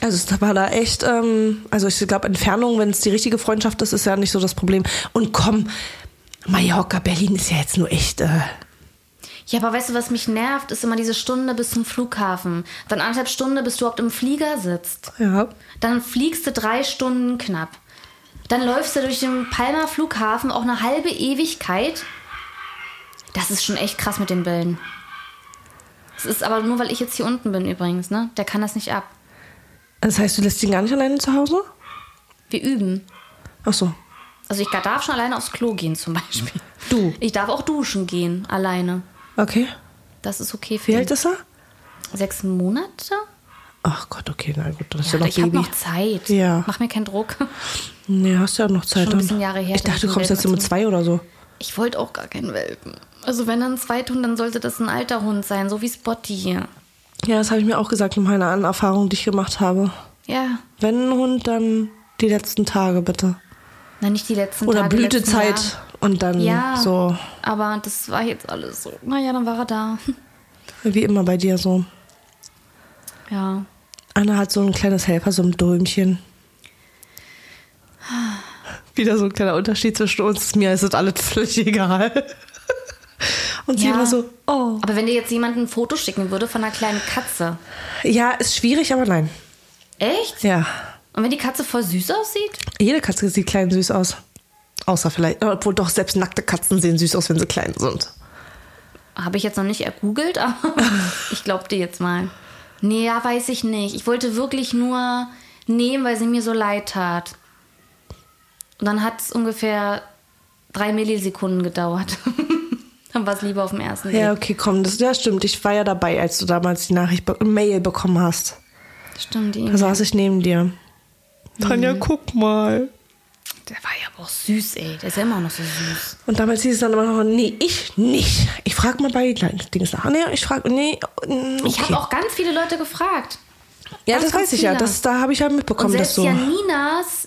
Speaker 1: Also es war da echt, ähm, also ich glaube Entfernung, wenn es die richtige Freundschaft ist, ist ja nicht so das Problem. Und komm, Mallorca, Berlin ist ja jetzt nur echt, äh,
Speaker 2: Ja, aber weißt du, was mich nervt, ist immer diese Stunde bis zum Flughafen. Dann anderthalb Stunde, bis du überhaupt im Flieger sitzt.
Speaker 1: ja.
Speaker 2: Dann fliegst du drei Stunden knapp. Dann läufst du durch den Palmer Flughafen auch eine halbe Ewigkeit. Das ist schon echt krass mit den Bällen. Es ist aber nur, weil ich jetzt hier unten bin übrigens, ne? Der kann das nicht ab.
Speaker 1: Das heißt, du lässt ihn gar nicht alleine zu Hause?
Speaker 2: Wir üben.
Speaker 1: Ach so.
Speaker 2: Also ich darf schon alleine aufs Klo gehen zum Beispiel.
Speaker 1: Du.
Speaker 2: Ich darf auch duschen gehen, alleine.
Speaker 1: Okay.
Speaker 2: Das ist okay für
Speaker 1: Wie
Speaker 2: ihn.
Speaker 1: alt ist er?
Speaker 2: Sechs Monate?
Speaker 1: Ach Gott, okay, na gut, das ist ja,
Speaker 2: Ja,
Speaker 1: noch
Speaker 2: ich habe
Speaker 1: Baby.
Speaker 2: noch Zeit.
Speaker 1: Ja.
Speaker 2: Mach mir keinen Druck.
Speaker 1: Nee, hast ja noch Zeit.
Speaker 2: Schon ein
Speaker 1: dann.
Speaker 2: bisschen Jahre her,
Speaker 1: ich dachte, du
Speaker 2: dass
Speaker 1: kommst
Speaker 2: ich
Speaker 1: jetzt so mit zwei oder so.
Speaker 2: Ich wollte auch gar keinen Welpen. Also wenn dann zwei tun, dann sollte das ein alter Hund sein, so wie Spotty hier.
Speaker 1: Ja, das habe ich mir auch gesagt in meiner anderen Erfahrung, die ich gemacht habe.
Speaker 2: Ja.
Speaker 1: Wenn ein Hund, dann die letzten Tage bitte.
Speaker 2: Na, nicht die letzten
Speaker 1: Oder
Speaker 2: Tage. die
Speaker 1: Blütezeit
Speaker 2: letzten Jahre.
Speaker 1: und dann
Speaker 2: Ja,
Speaker 1: so,
Speaker 2: aber das war jetzt alles so. Naja, dann war er da.
Speaker 1: wie immer bei dir so.
Speaker 2: Ja.
Speaker 1: Anna hat so ein kleines Helfersyndromchen. Wieder so ein kleiner Unterschied zwischen uns. Mir ist das alles völlig egal. Und sie
Speaker 2: Ja.
Speaker 1: immer so, oh.
Speaker 2: Aber wenn dir jetzt jemand ein Foto schicken würde von einer kleinen Katze.
Speaker 1: Ja, ist schwierig, aber nein.
Speaker 2: Echt?
Speaker 1: Ja.
Speaker 2: Und wenn die Katze voll süß aussieht?
Speaker 1: Jede Katze sieht klein süß aus. Außer vielleicht, obwohl doch selbst nackte Katzen sehen süß aus, wenn sie klein sind.
Speaker 2: Habe ich jetzt noch nicht ergoogelt, aber ich glaub dir jetzt mal. Nee, ja, weiß ich nicht. Ich wollte wirklich nur nehmen, weil sie mir so leid tat. Und dann hat es ungefähr drei Millisekunden gedauert. dann war es lieber auf dem ersten Blick.
Speaker 1: Ja, okay, komm, das ja, stimmt. Ich war ja dabei, als du damals die Nachricht, be Mail bekommen hast.
Speaker 2: Stimmt, die
Speaker 1: Da saß ich neben dir. Mhm. Tanja, guck mal.
Speaker 2: Der war ja aber auch süß, ey. Der ist ja immer noch so süß.
Speaker 1: Und damals hieß es dann immer noch, nee, ich nicht. Ich frag mal bei nein, das Ding ist nach. Nee, ich frage, nee. mm,
Speaker 2: Ich
Speaker 1: okay.
Speaker 2: habe auch ganz viele Leute gefragt.
Speaker 1: Ja,
Speaker 2: ganz,
Speaker 1: das weiß
Speaker 2: ganz
Speaker 1: ich ja.
Speaker 2: viele.
Speaker 1: Das, da habe ich ja
Speaker 2: Und
Speaker 1: mitbekommen, dass
Speaker 2: selbst
Speaker 1: du.
Speaker 2: Janinas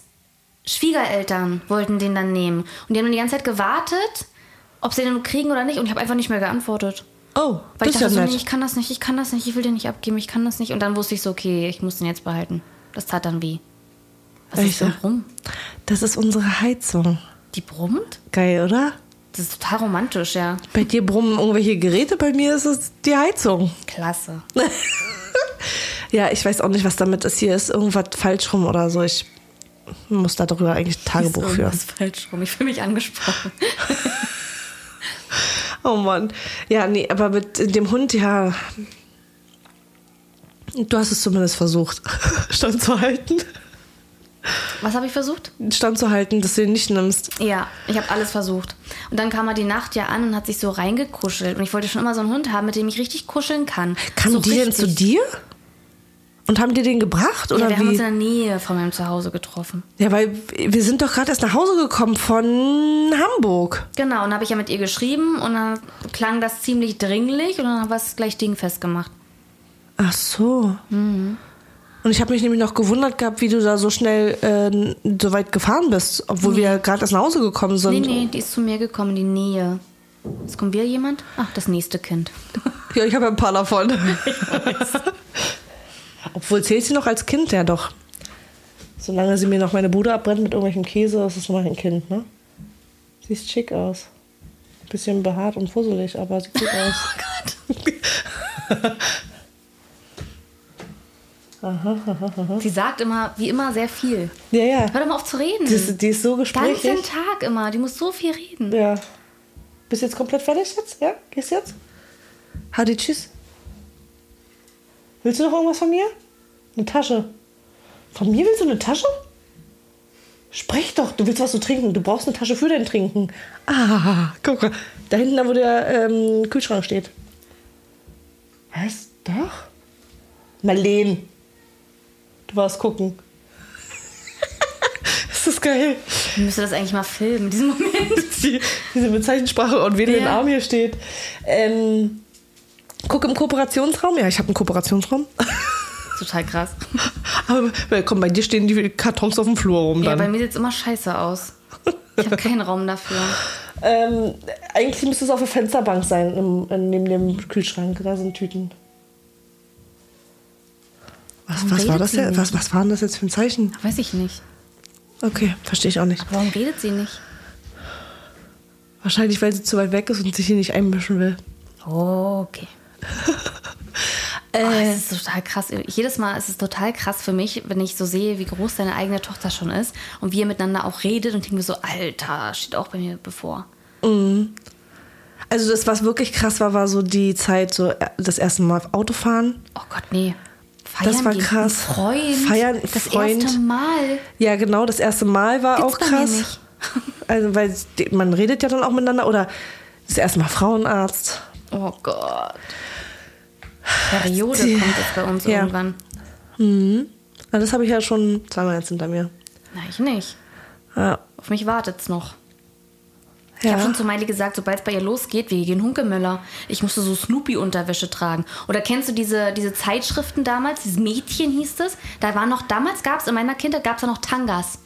Speaker 2: Schwiegereltern wollten den dann nehmen. Und die haben dann die ganze Zeit gewartet, ob sie den kriegen oder nicht. Und ich habe einfach nicht mehr geantwortet.
Speaker 1: oh, das
Speaker 2: Weil ich
Speaker 1: ist ja
Speaker 2: dachte so, nee,
Speaker 1: nett.
Speaker 2: ich kann das nicht, ich kann das nicht, ich will den nicht abgeben, ich kann das nicht. Und dann wusste ich so, okay, ich muss den jetzt behalten. Das tat dann weh. Was
Speaker 1: Echt,
Speaker 2: ist denn
Speaker 1: ja?
Speaker 2: rum?
Speaker 1: Das ist unsere Heizung.
Speaker 2: Die brummt?
Speaker 1: Geil, oder?
Speaker 2: Das ist total romantisch, ja.
Speaker 1: Bei dir brummen irgendwelche Geräte, bei mir ist es die Heizung.
Speaker 2: Klasse.
Speaker 1: Ja, ich weiß auch nicht, was damit ist. Hier ist irgendwas falsch rum oder so. Ich muss da drüber eigentlich ein Tagebuch
Speaker 2: ist
Speaker 1: führen.
Speaker 2: irgendwas falsch rum. Ich fühle mich angesprochen.
Speaker 1: Oh Mann. Ja, nee, aber mit dem Hund, ja. Du hast es zumindest versucht, standzuhalten.
Speaker 2: Was habe ich versucht?
Speaker 1: Standzuhalten, dass du ihn nicht nimmst.
Speaker 2: Ja, ich habe alles versucht. Und dann kam er die Nacht ja an und hat sich so reingekuschelt. Und ich wollte schon immer so einen Hund haben, mit dem ich richtig kuscheln kann.
Speaker 1: Kamen
Speaker 2: so
Speaker 1: die denn zu dir? Und haben die den gebracht?
Speaker 2: Ja,
Speaker 1: Oder
Speaker 2: wir haben uns
Speaker 1: wie?
Speaker 2: in der Nähe von meinem Zuhause getroffen.
Speaker 1: Ja, weil wir sind doch gerade erst nach Hause gekommen von Hamburg.
Speaker 2: Genau, und dann habe ich ja mit ihr geschrieben und dann klang das ziemlich dringlich und dann haben wir es gleich dingfest gemacht.
Speaker 1: Ach so. Und ich habe mich nämlich noch gewundert gehabt, wie du da so schnell äh, so weit gefahren bist, obwohl wir gerade erst nach Hause gekommen
Speaker 2: Nee,
Speaker 1: sind.
Speaker 2: nee, die ist zu mir gekommen, in die Nähe. Jetzt kommt wieder jemand? Ach, das nächste Kind.
Speaker 1: Ja, ich habe ein paar davon. Obwohl zählt sie noch als Kind, ja doch. Solange sie mir noch meine Bude abbrennt mit irgendwelchem Käse, ist es noch ein Kind, ne? Sieht schick aus. Bisschen behaart und fusselig, aber sieht gut aus. Oh Gott.
Speaker 2: Sie sagt immer, wie immer, sehr viel.
Speaker 1: Ja, ja.
Speaker 2: Hör doch mal auf zu reden.
Speaker 1: Die ist, die ist so gesprächig.
Speaker 2: Ganzen Tag immer, die muss so viel reden.
Speaker 1: Ja. Bist jetzt komplett fertig jetzt? Ja? Gehst jetzt? Hadi, tschüss. Willst du noch irgendwas von mir? Eine Tasche. Von mir willst du eine Tasche? Sprech doch, du willst was zu trinken. Du brauchst eine Tasche für dein Trinken. Ah, guck mal. Da hinten, da wo der ähm, Kühlschrank steht. Was? Doch? Marleen. Du warst gucken. das ist geil.
Speaker 2: Ich müsste das eigentlich mal filmen, diesen Moment.
Speaker 1: Die, diese Bezeichensprache und wen
Speaker 2: Ja.
Speaker 1: im Arm hier steht. Ähm, guck im Kooperationsraum. Ja, ich habe einen Kooperationsraum.
Speaker 2: Total krass.
Speaker 1: Aber äh, komm, bei dir stehen die Kartons auf dem Flur rum
Speaker 2: Ja,
Speaker 1: dann.
Speaker 2: bei mir sieht es immer scheiße aus. Ich habe keinen Raum dafür.
Speaker 1: ähm, eigentlich müsste es auf der Fensterbank sein, im, in, neben dem Kühlschrank. Da sind Tüten. Was, was, war
Speaker 2: redet
Speaker 1: das
Speaker 2: sie
Speaker 1: denn?
Speaker 2: nicht?
Speaker 1: Was, was waren das jetzt für ein Zeichen?
Speaker 2: Weiß ich nicht.
Speaker 1: Okay, verstehe ich auch nicht.
Speaker 2: Warum redet sie nicht?
Speaker 1: Wahrscheinlich, weil sie zu weit weg ist und sich hier nicht einmischen will.
Speaker 2: Oh, okay. Oh, es ist total krass. Jedes Mal ist es total krass für mich, wenn ich so sehe, wie groß deine eigene Tochter schon ist und wie ihr miteinander auch redet und denke mir so, Alter, steht auch bei mir bevor.
Speaker 1: Also das, was wirklich krass war, war so die Zeit, so äh, das erste Mal Autofahren.
Speaker 2: Oh Gott, nee. Feiern
Speaker 1: Das war
Speaker 2: gehen,
Speaker 1: krass.
Speaker 2: Ein Freund.
Speaker 1: Feiern, ein
Speaker 2: das
Speaker 1: Freund.
Speaker 2: erste Mal.
Speaker 1: Ja, genau, das erste Mal war
Speaker 2: Gibt's
Speaker 1: auch
Speaker 2: bei mir
Speaker 1: krass.
Speaker 2: nicht.
Speaker 1: Also, weil die- man redet ja dann auch miteinander. Oder das erste Mal Frauenarzt.
Speaker 2: Oh Gott. Periode
Speaker 1: Die-
Speaker 2: kommt jetzt bei uns
Speaker 1: Ja.
Speaker 2: irgendwann.
Speaker 1: Na, das habe ich ja schon zweimal jetzt hinter mir.
Speaker 2: Nein, ich nicht.
Speaker 1: Ja.
Speaker 2: Auf mich wartet's noch. Ich habe
Speaker 1: ja.
Speaker 2: schon zu Miley gesagt, sobald es bei ihr losgeht, wir gehen Hunkemöller. Ich musste so Snoopy-Unterwäsche tragen. Oder kennst du diese, diese Zeitschriften damals? Dieses Mädchen hieß es. Da war noch, damals gab es in meiner Kindheit gab's da noch Tangas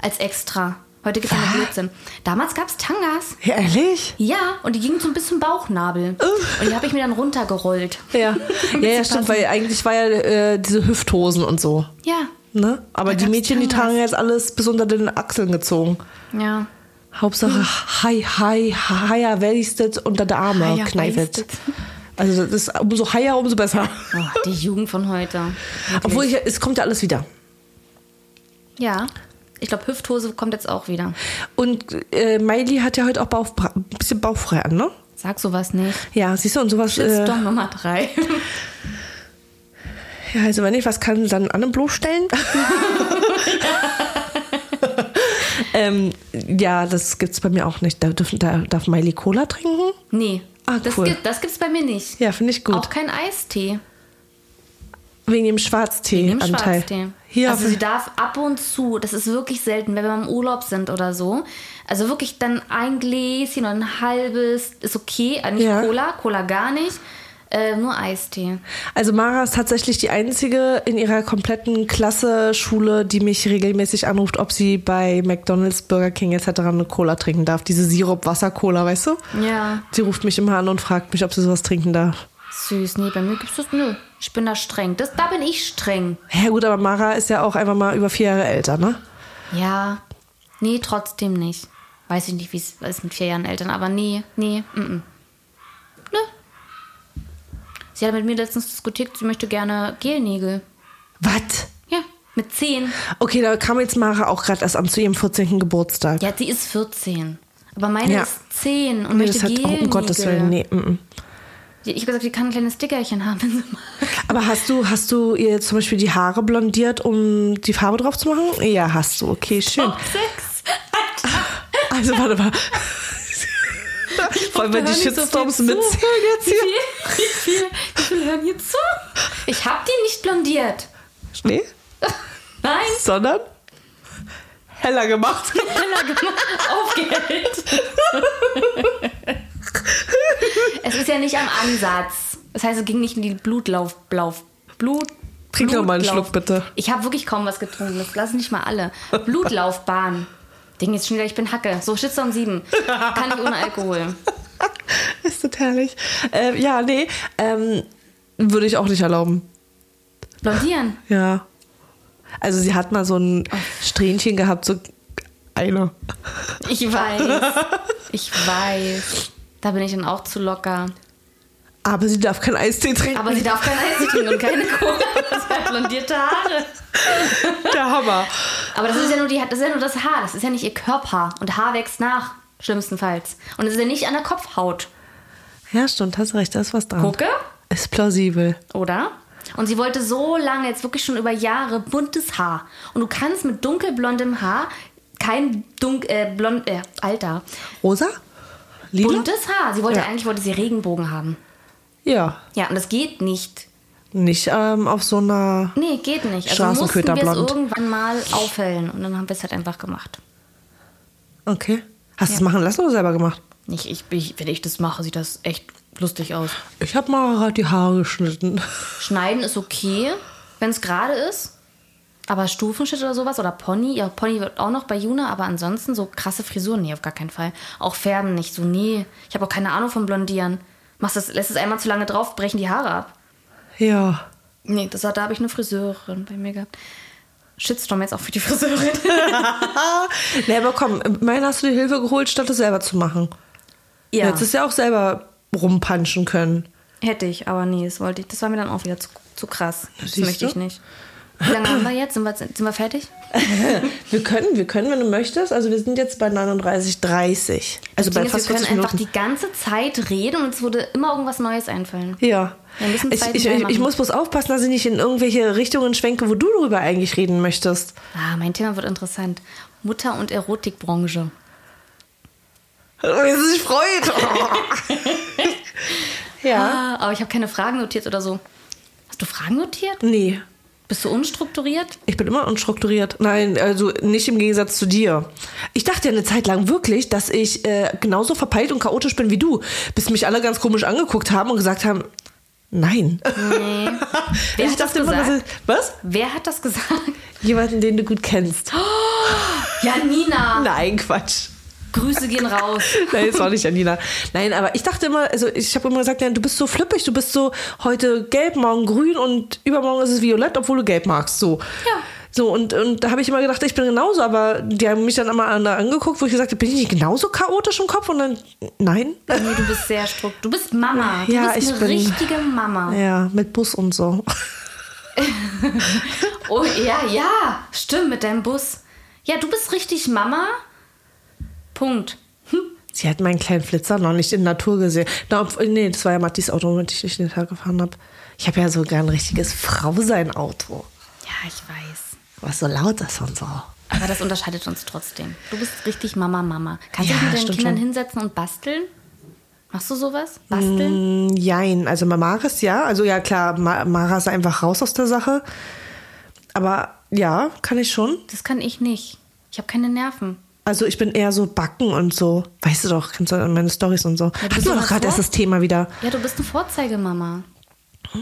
Speaker 2: als extra. Heute gibt es eine Blödsinn. Damals gab es Tangas.
Speaker 1: ja, ehrlich?
Speaker 2: Ja, und die gingen so ein bisschen Bauchnabel. Und die habe ich mir dann runtergerollt.
Speaker 1: Ja, ja, ja
Speaker 2: Bisschen
Speaker 1: stimmt,
Speaker 2: passen.
Speaker 1: weil eigentlich war ja äh, diese Hüfthosen und so.
Speaker 2: Ja.
Speaker 1: Ne? Aber
Speaker 2: Da
Speaker 1: die
Speaker 2: gab's
Speaker 1: Mädchen, die
Speaker 2: Tangas.
Speaker 1: tragen jetzt alles bis unter den Achseln gezogen. Hm.
Speaker 2: Ja.
Speaker 1: Hauptsache, hi, hi, higher wasted unter der Arme
Speaker 2: Higher
Speaker 1: kneift.
Speaker 2: waisted.
Speaker 1: Also, das ist umso higher, umso besser.
Speaker 2: Oh, die Jugend von heute. Wirklich.
Speaker 1: Obwohl, ich, es kommt ja alles wieder.
Speaker 2: Ja. Ich glaube, Hüfthose kommt jetzt auch wieder.
Speaker 1: Und äh, Miley hat ja heute auch Bauch, ein bisschen bauchfrei an, ne?
Speaker 2: Sag sowas nicht.
Speaker 1: Ja, siehst du, und sowas. Äh,
Speaker 2: Shitstorm Nummer drei.
Speaker 1: ja, also wenn ich was kann, dann an den bloßstellen. ähm, ja, das gibt's bei mir auch nicht. Da, dürfen, da darf Miley Cola trinken.
Speaker 2: Nee.
Speaker 1: Ah,
Speaker 2: das,
Speaker 1: cool.
Speaker 2: gibt, das gibt's bei mir nicht.
Speaker 1: Ja, finde ich gut.
Speaker 2: Auch kein Eistee.
Speaker 1: Wegen dem
Speaker 2: Im
Speaker 1: Schwarztee-Anteil.
Speaker 2: Schwarztee.
Speaker 1: Hier,
Speaker 2: also sie darf ab und zu, das ist wirklich selten, wenn wir mal im Urlaub sind oder so. Also wirklich dann ein Gläschen oder ein halbes ist okay. Äh, Nicht
Speaker 1: Ja.
Speaker 2: Cola, Cola gar nicht. Äh, nur Eistee.
Speaker 1: also Mara ist tatsächlich die einzige in ihrer kompletten Klasse, Schule, die mich regelmäßig anruft, ob sie bei McDonalds, Burger King etc. eine Cola trinken darf. Diese Sirup-Wasser-Cola, weißt du?
Speaker 2: Ja.
Speaker 1: Sie ruft mich immer an und fragt mich, ob sie sowas trinken darf.
Speaker 2: Süß. Nee, bei mir gibt's das. Nö. Ich bin da streng. Das, da bin ich streng.
Speaker 1: Ja gut, aber Mara ist ja auch einfach mal über vier Jahre älter, ne?
Speaker 2: Ja. Nee, trotzdem nicht. Weiß ich nicht, wie es ist mit vier Jahren Eltern, aber nee, nee, mm, mm. Nö. Sie hat mit mir letztens diskutiert, sie möchte gerne Gelnägel.
Speaker 1: Was?
Speaker 2: Ja, mit zehn.
Speaker 1: Okay, da kam jetzt Mara auch gerade erst an zu ihrem 14. Geburtstag.
Speaker 2: Ja, sie ist 14. Aber meine
Speaker 1: Ja.
Speaker 2: ist 10 und
Speaker 1: Nee,
Speaker 2: möchte
Speaker 1: das hat, oh,
Speaker 2: Gelnägel.
Speaker 1: um Gottes Willen, nee. Mm -mm.
Speaker 2: Ich habe gesagt, sie kann ein kleines Stickerchen haben, wenn sie mag.
Speaker 1: Aber hast du, hast du ihr zum Beispiel die Haare blondiert, um die Farbe drauf zu machen? Ja, hast du. Okay, schön.
Speaker 2: Top 6.
Speaker 1: Also warte mal. Vor allem, wenn die Shitstorms mitzählen jetzt
Speaker 2: Wie
Speaker 1: hier.
Speaker 2: viel, wie, viel, wie viel hören hier zu? Ich habe die nicht blondiert.
Speaker 1: Nee,
Speaker 2: Nein,
Speaker 1: sondern heller gemacht.
Speaker 2: aufgehellt. es ist ja nicht am Ansatz. Das heißt, es ging nicht in die Blutlauf, Blauf, Blut.
Speaker 1: Trink doch mal einen
Speaker 2: Blutlauf-
Speaker 1: Schluck, bitte.
Speaker 2: Ich habe wirklich kaum was getrunken. Das lassen nicht mal alle. Blutlaufbahn. Ding jetzt schon wieder, ich bin Hacke. So, Shitstorm 7. Kann ich ohne Alkohol.
Speaker 1: Ist das herrlich. Ähm, ja, nee, ähm, würde ich auch nicht erlauben.
Speaker 2: Blondieren.
Speaker 1: Ja. Also sie hat mal so ein Strähnchen gehabt, so eine.
Speaker 2: Ich weiß. Ich weiß. Da bin ich dann auch zu locker.
Speaker 1: Aber sie darf kein Eistee trinken.
Speaker 2: Aber sie darf kein Eis trinken und keine Cola. Das hat blondierte Haare.
Speaker 1: Der Hammer.
Speaker 2: Aber das ist ja nur die, das ist ja nur das Haar, das ist ja nicht ihr Körperhaar. Und Haar wächst nach, schlimmstenfalls. Und es ist ja nicht an der Kopfhaut.
Speaker 1: Ja, stimmt, hast recht, da ist was dran.
Speaker 2: Gucke,
Speaker 1: Ist plausibel.
Speaker 2: oder? Und sie wollte so lange, jetzt wirklich schon über Jahre, buntes Haar. Und du kannst mit dunkelblondem Haar kein dunk, äh, blond, äh, Alter,
Speaker 1: Rosa? Lila?
Speaker 2: buntes Haar. Sie wollte
Speaker 1: Ja.
Speaker 2: eigentlich, wollte sie Regenbogen haben.
Speaker 1: Ja.
Speaker 2: Ja, und das geht nicht.
Speaker 1: Nicht ähm, auf so einer.
Speaker 2: Nee, geht nicht. Also mussten wir es
Speaker 1: Straßenköterblond.
Speaker 2: irgendwann mal aufhellen. Und dann haben wir es halt einfach gemacht.
Speaker 1: Okay. Hast du es machen lassen oder selber gemacht?
Speaker 2: Ich, ich, ich, wenn ich das mache, sieht das echt lustig aus.
Speaker 1: Ich habe mal gerade die Haare geschnitten.
Speaker 2: Schneiden ist okay, wenn es gerade ist. Aber Stufenschnitt oder sowas oder Pony, ja, Pony wird auch noch bei Juna, aber ansonsten so krasse Frisuren, nee, auf gar keinen Fall. Auch Färben nicht, so nie. Ich habe auch keine Ahnung vom Blondieren. Machst das, lässt es einmal zu lange drauf, brechen die Haare ab.
Speaker 1: Ja.
Speaker 2: Nee, das, da habe ich eine Friseurin bei mir gehabt. Shitstorm jetzt auch für die Friseurin.
Speaker 1: Nee, aber komm, immerhin hast du dir Hilfe geholt, statt es selber zu machen. Ja. Du hättest es ja auch selber rumpanschen können.
Speaker 2: Hätte ich, aber nee, das wollte ich. Das war mir dann auch wieder zu, zu krass. Das
Speaker 1: Siehst
Speaker 2: möchte ich
Speaker 1: du?
Speaker 2: nicht. Wie lange haben wir jetzt? Sind wir, sind wir fertig?
Speaker 1: Wir können, wir können, wenn du möchtest. Also wir sind jetzt bei 39,30. Also
Speaker 2: Das Ding
Speaker 1: bei
Speaker 2: ist, wir
Speaker 1: fast
Speaker 2: können
Speaker 1: 40
Speaker 2: einfach
Speaker 1: Minuten.
Speaker 2: die ganze Zeit reden und es würde immer irgendwas Neues einfallen.
Speaker 1: ja.
Speaker 2: Wir müssen einen
Speaker 1: Ich,
Speaker 2: zweiten
Speaker 1: ich,
Speaker 2: Teil
Speaker 1: ich, ich
Speaker 2: machen.
Speaker 1: muss bloß aufpassen, dass ich nicht in irgendwelche Richtungen schwenke, wo du darüber eigentlich reden möchtest.
Speaker 2: Ah, mein Thema wird interessant. Mutter- und Erotikbranche.
Speaker 1: Wie sie sich freut. ja.
Speaker 2: Ah, aber ich habe keine Fragen notiert oder so. Hast du Fragen notiert?
Speaker 1: Nee.
Speaker 2: Bist du unstrukturiert?
Speaker 1: Ich bin immer unstrukturiert. Nein, also nicht im Gegensatz zu dir. Ich dachte ja eine Zeit lang wirklich, dass ich äh, genauso verpeilt und chaotisch bin wie du, bis mich alle ganz komisch angeguckt haben und gesagt haben, nein.
Speaker 2: Nee. Wer
Speaker 1: ich
Speaker 2: hat das
Speaker 1: dachte immer, dass
Speaker 2: gesagt?
Speaker 1: ich, was?
Speaker 2: Wer hat das gesagt?
Speaker 1: Jemanden, den du gut
Speaker 2: Ah.
Speaker 1: kennst.
Speaker 2: Ja, Nina.
Speaker 1: Nein, Quatsch.
Speaker 2: Grüße gehen raus.
Speaker 1: Nein, das war nicht Janina. Nein, aber ich dachte immer, also ich habe immer gesagt, ja, du bist so flippig, du bist so heute gelb, morgen grün und übermorgen ist es violett, obwohl du gelb magst. So.
Speaker 2: Ja.
Speaker 1: So, und, und da habe ich immer gedacht, ich bin genauso, aber die haben mich dann immer an- angeguckt, wo ich gesagt habe, bin ich nicht genauso chaotisch im Kopf? Und dann, nein.
Speaker 2: Nee, du bist sehr strukturiert. Du bist Mama. Du
Speaker 1: Ja,
Speaker 2: bist
Speaker 1: ich
Speaker 2: eine
Speaker 1: bin-
Speaker 2: richtige Mama.
Speaker 1: Ja, mit Bus und so.
Speaker 2: Oh ja, ja. Stimmt, mit deinem Bus. Ja, du bist richtig Mama. Punkt.
Speaker 1: Sie hat meinen kleinen Flitzer noch nicht in Natur gesehen. Na, obwohl, nee, das war ja Mattis Auto, mit dem ich durch den Tag gefahren habe. Ich habe ja sogar ein richtiges Frausein-Auto,
Speaker 2: Ja, ich weiß.
Speaker 1: was so laut ist und so.
Speaker 2: Aber das unterscheidet uns trotzdem. Du bist richtig Mama, Mama. Kannst du
Speaker 1: Ja,
Speaker 2: dich mit deinen
Speaker 1: stimmt
Speaker 2: Kindern
Speaker 1: schon.
Speaker 2: hinsetzen und basteln? Machst du sowas? Basteln?
Speaker 1: Jein, also bei Maris ja. Also ja, klar, Ma Mara ist einfach raus aus der Sache. Aber ja, kann ich schon.
Speaker 2: Das kann ich nicht. Ich habe keine Nerven.
Speaker 1: Also ich bin eher so backen und so. Weißt du doch, kennst du meine Stories und so.
Speaker 2: du
Speaker 1: Hatten
Speaker 2: bist
Speaker 1: wir
Speaker 2: doch
Speaker 1: doch gerade
Speaker 2: vor-
Speaker 1: erst das Thema wieder.
Speaker 2: Ja, du bist eine Vorzeigemama.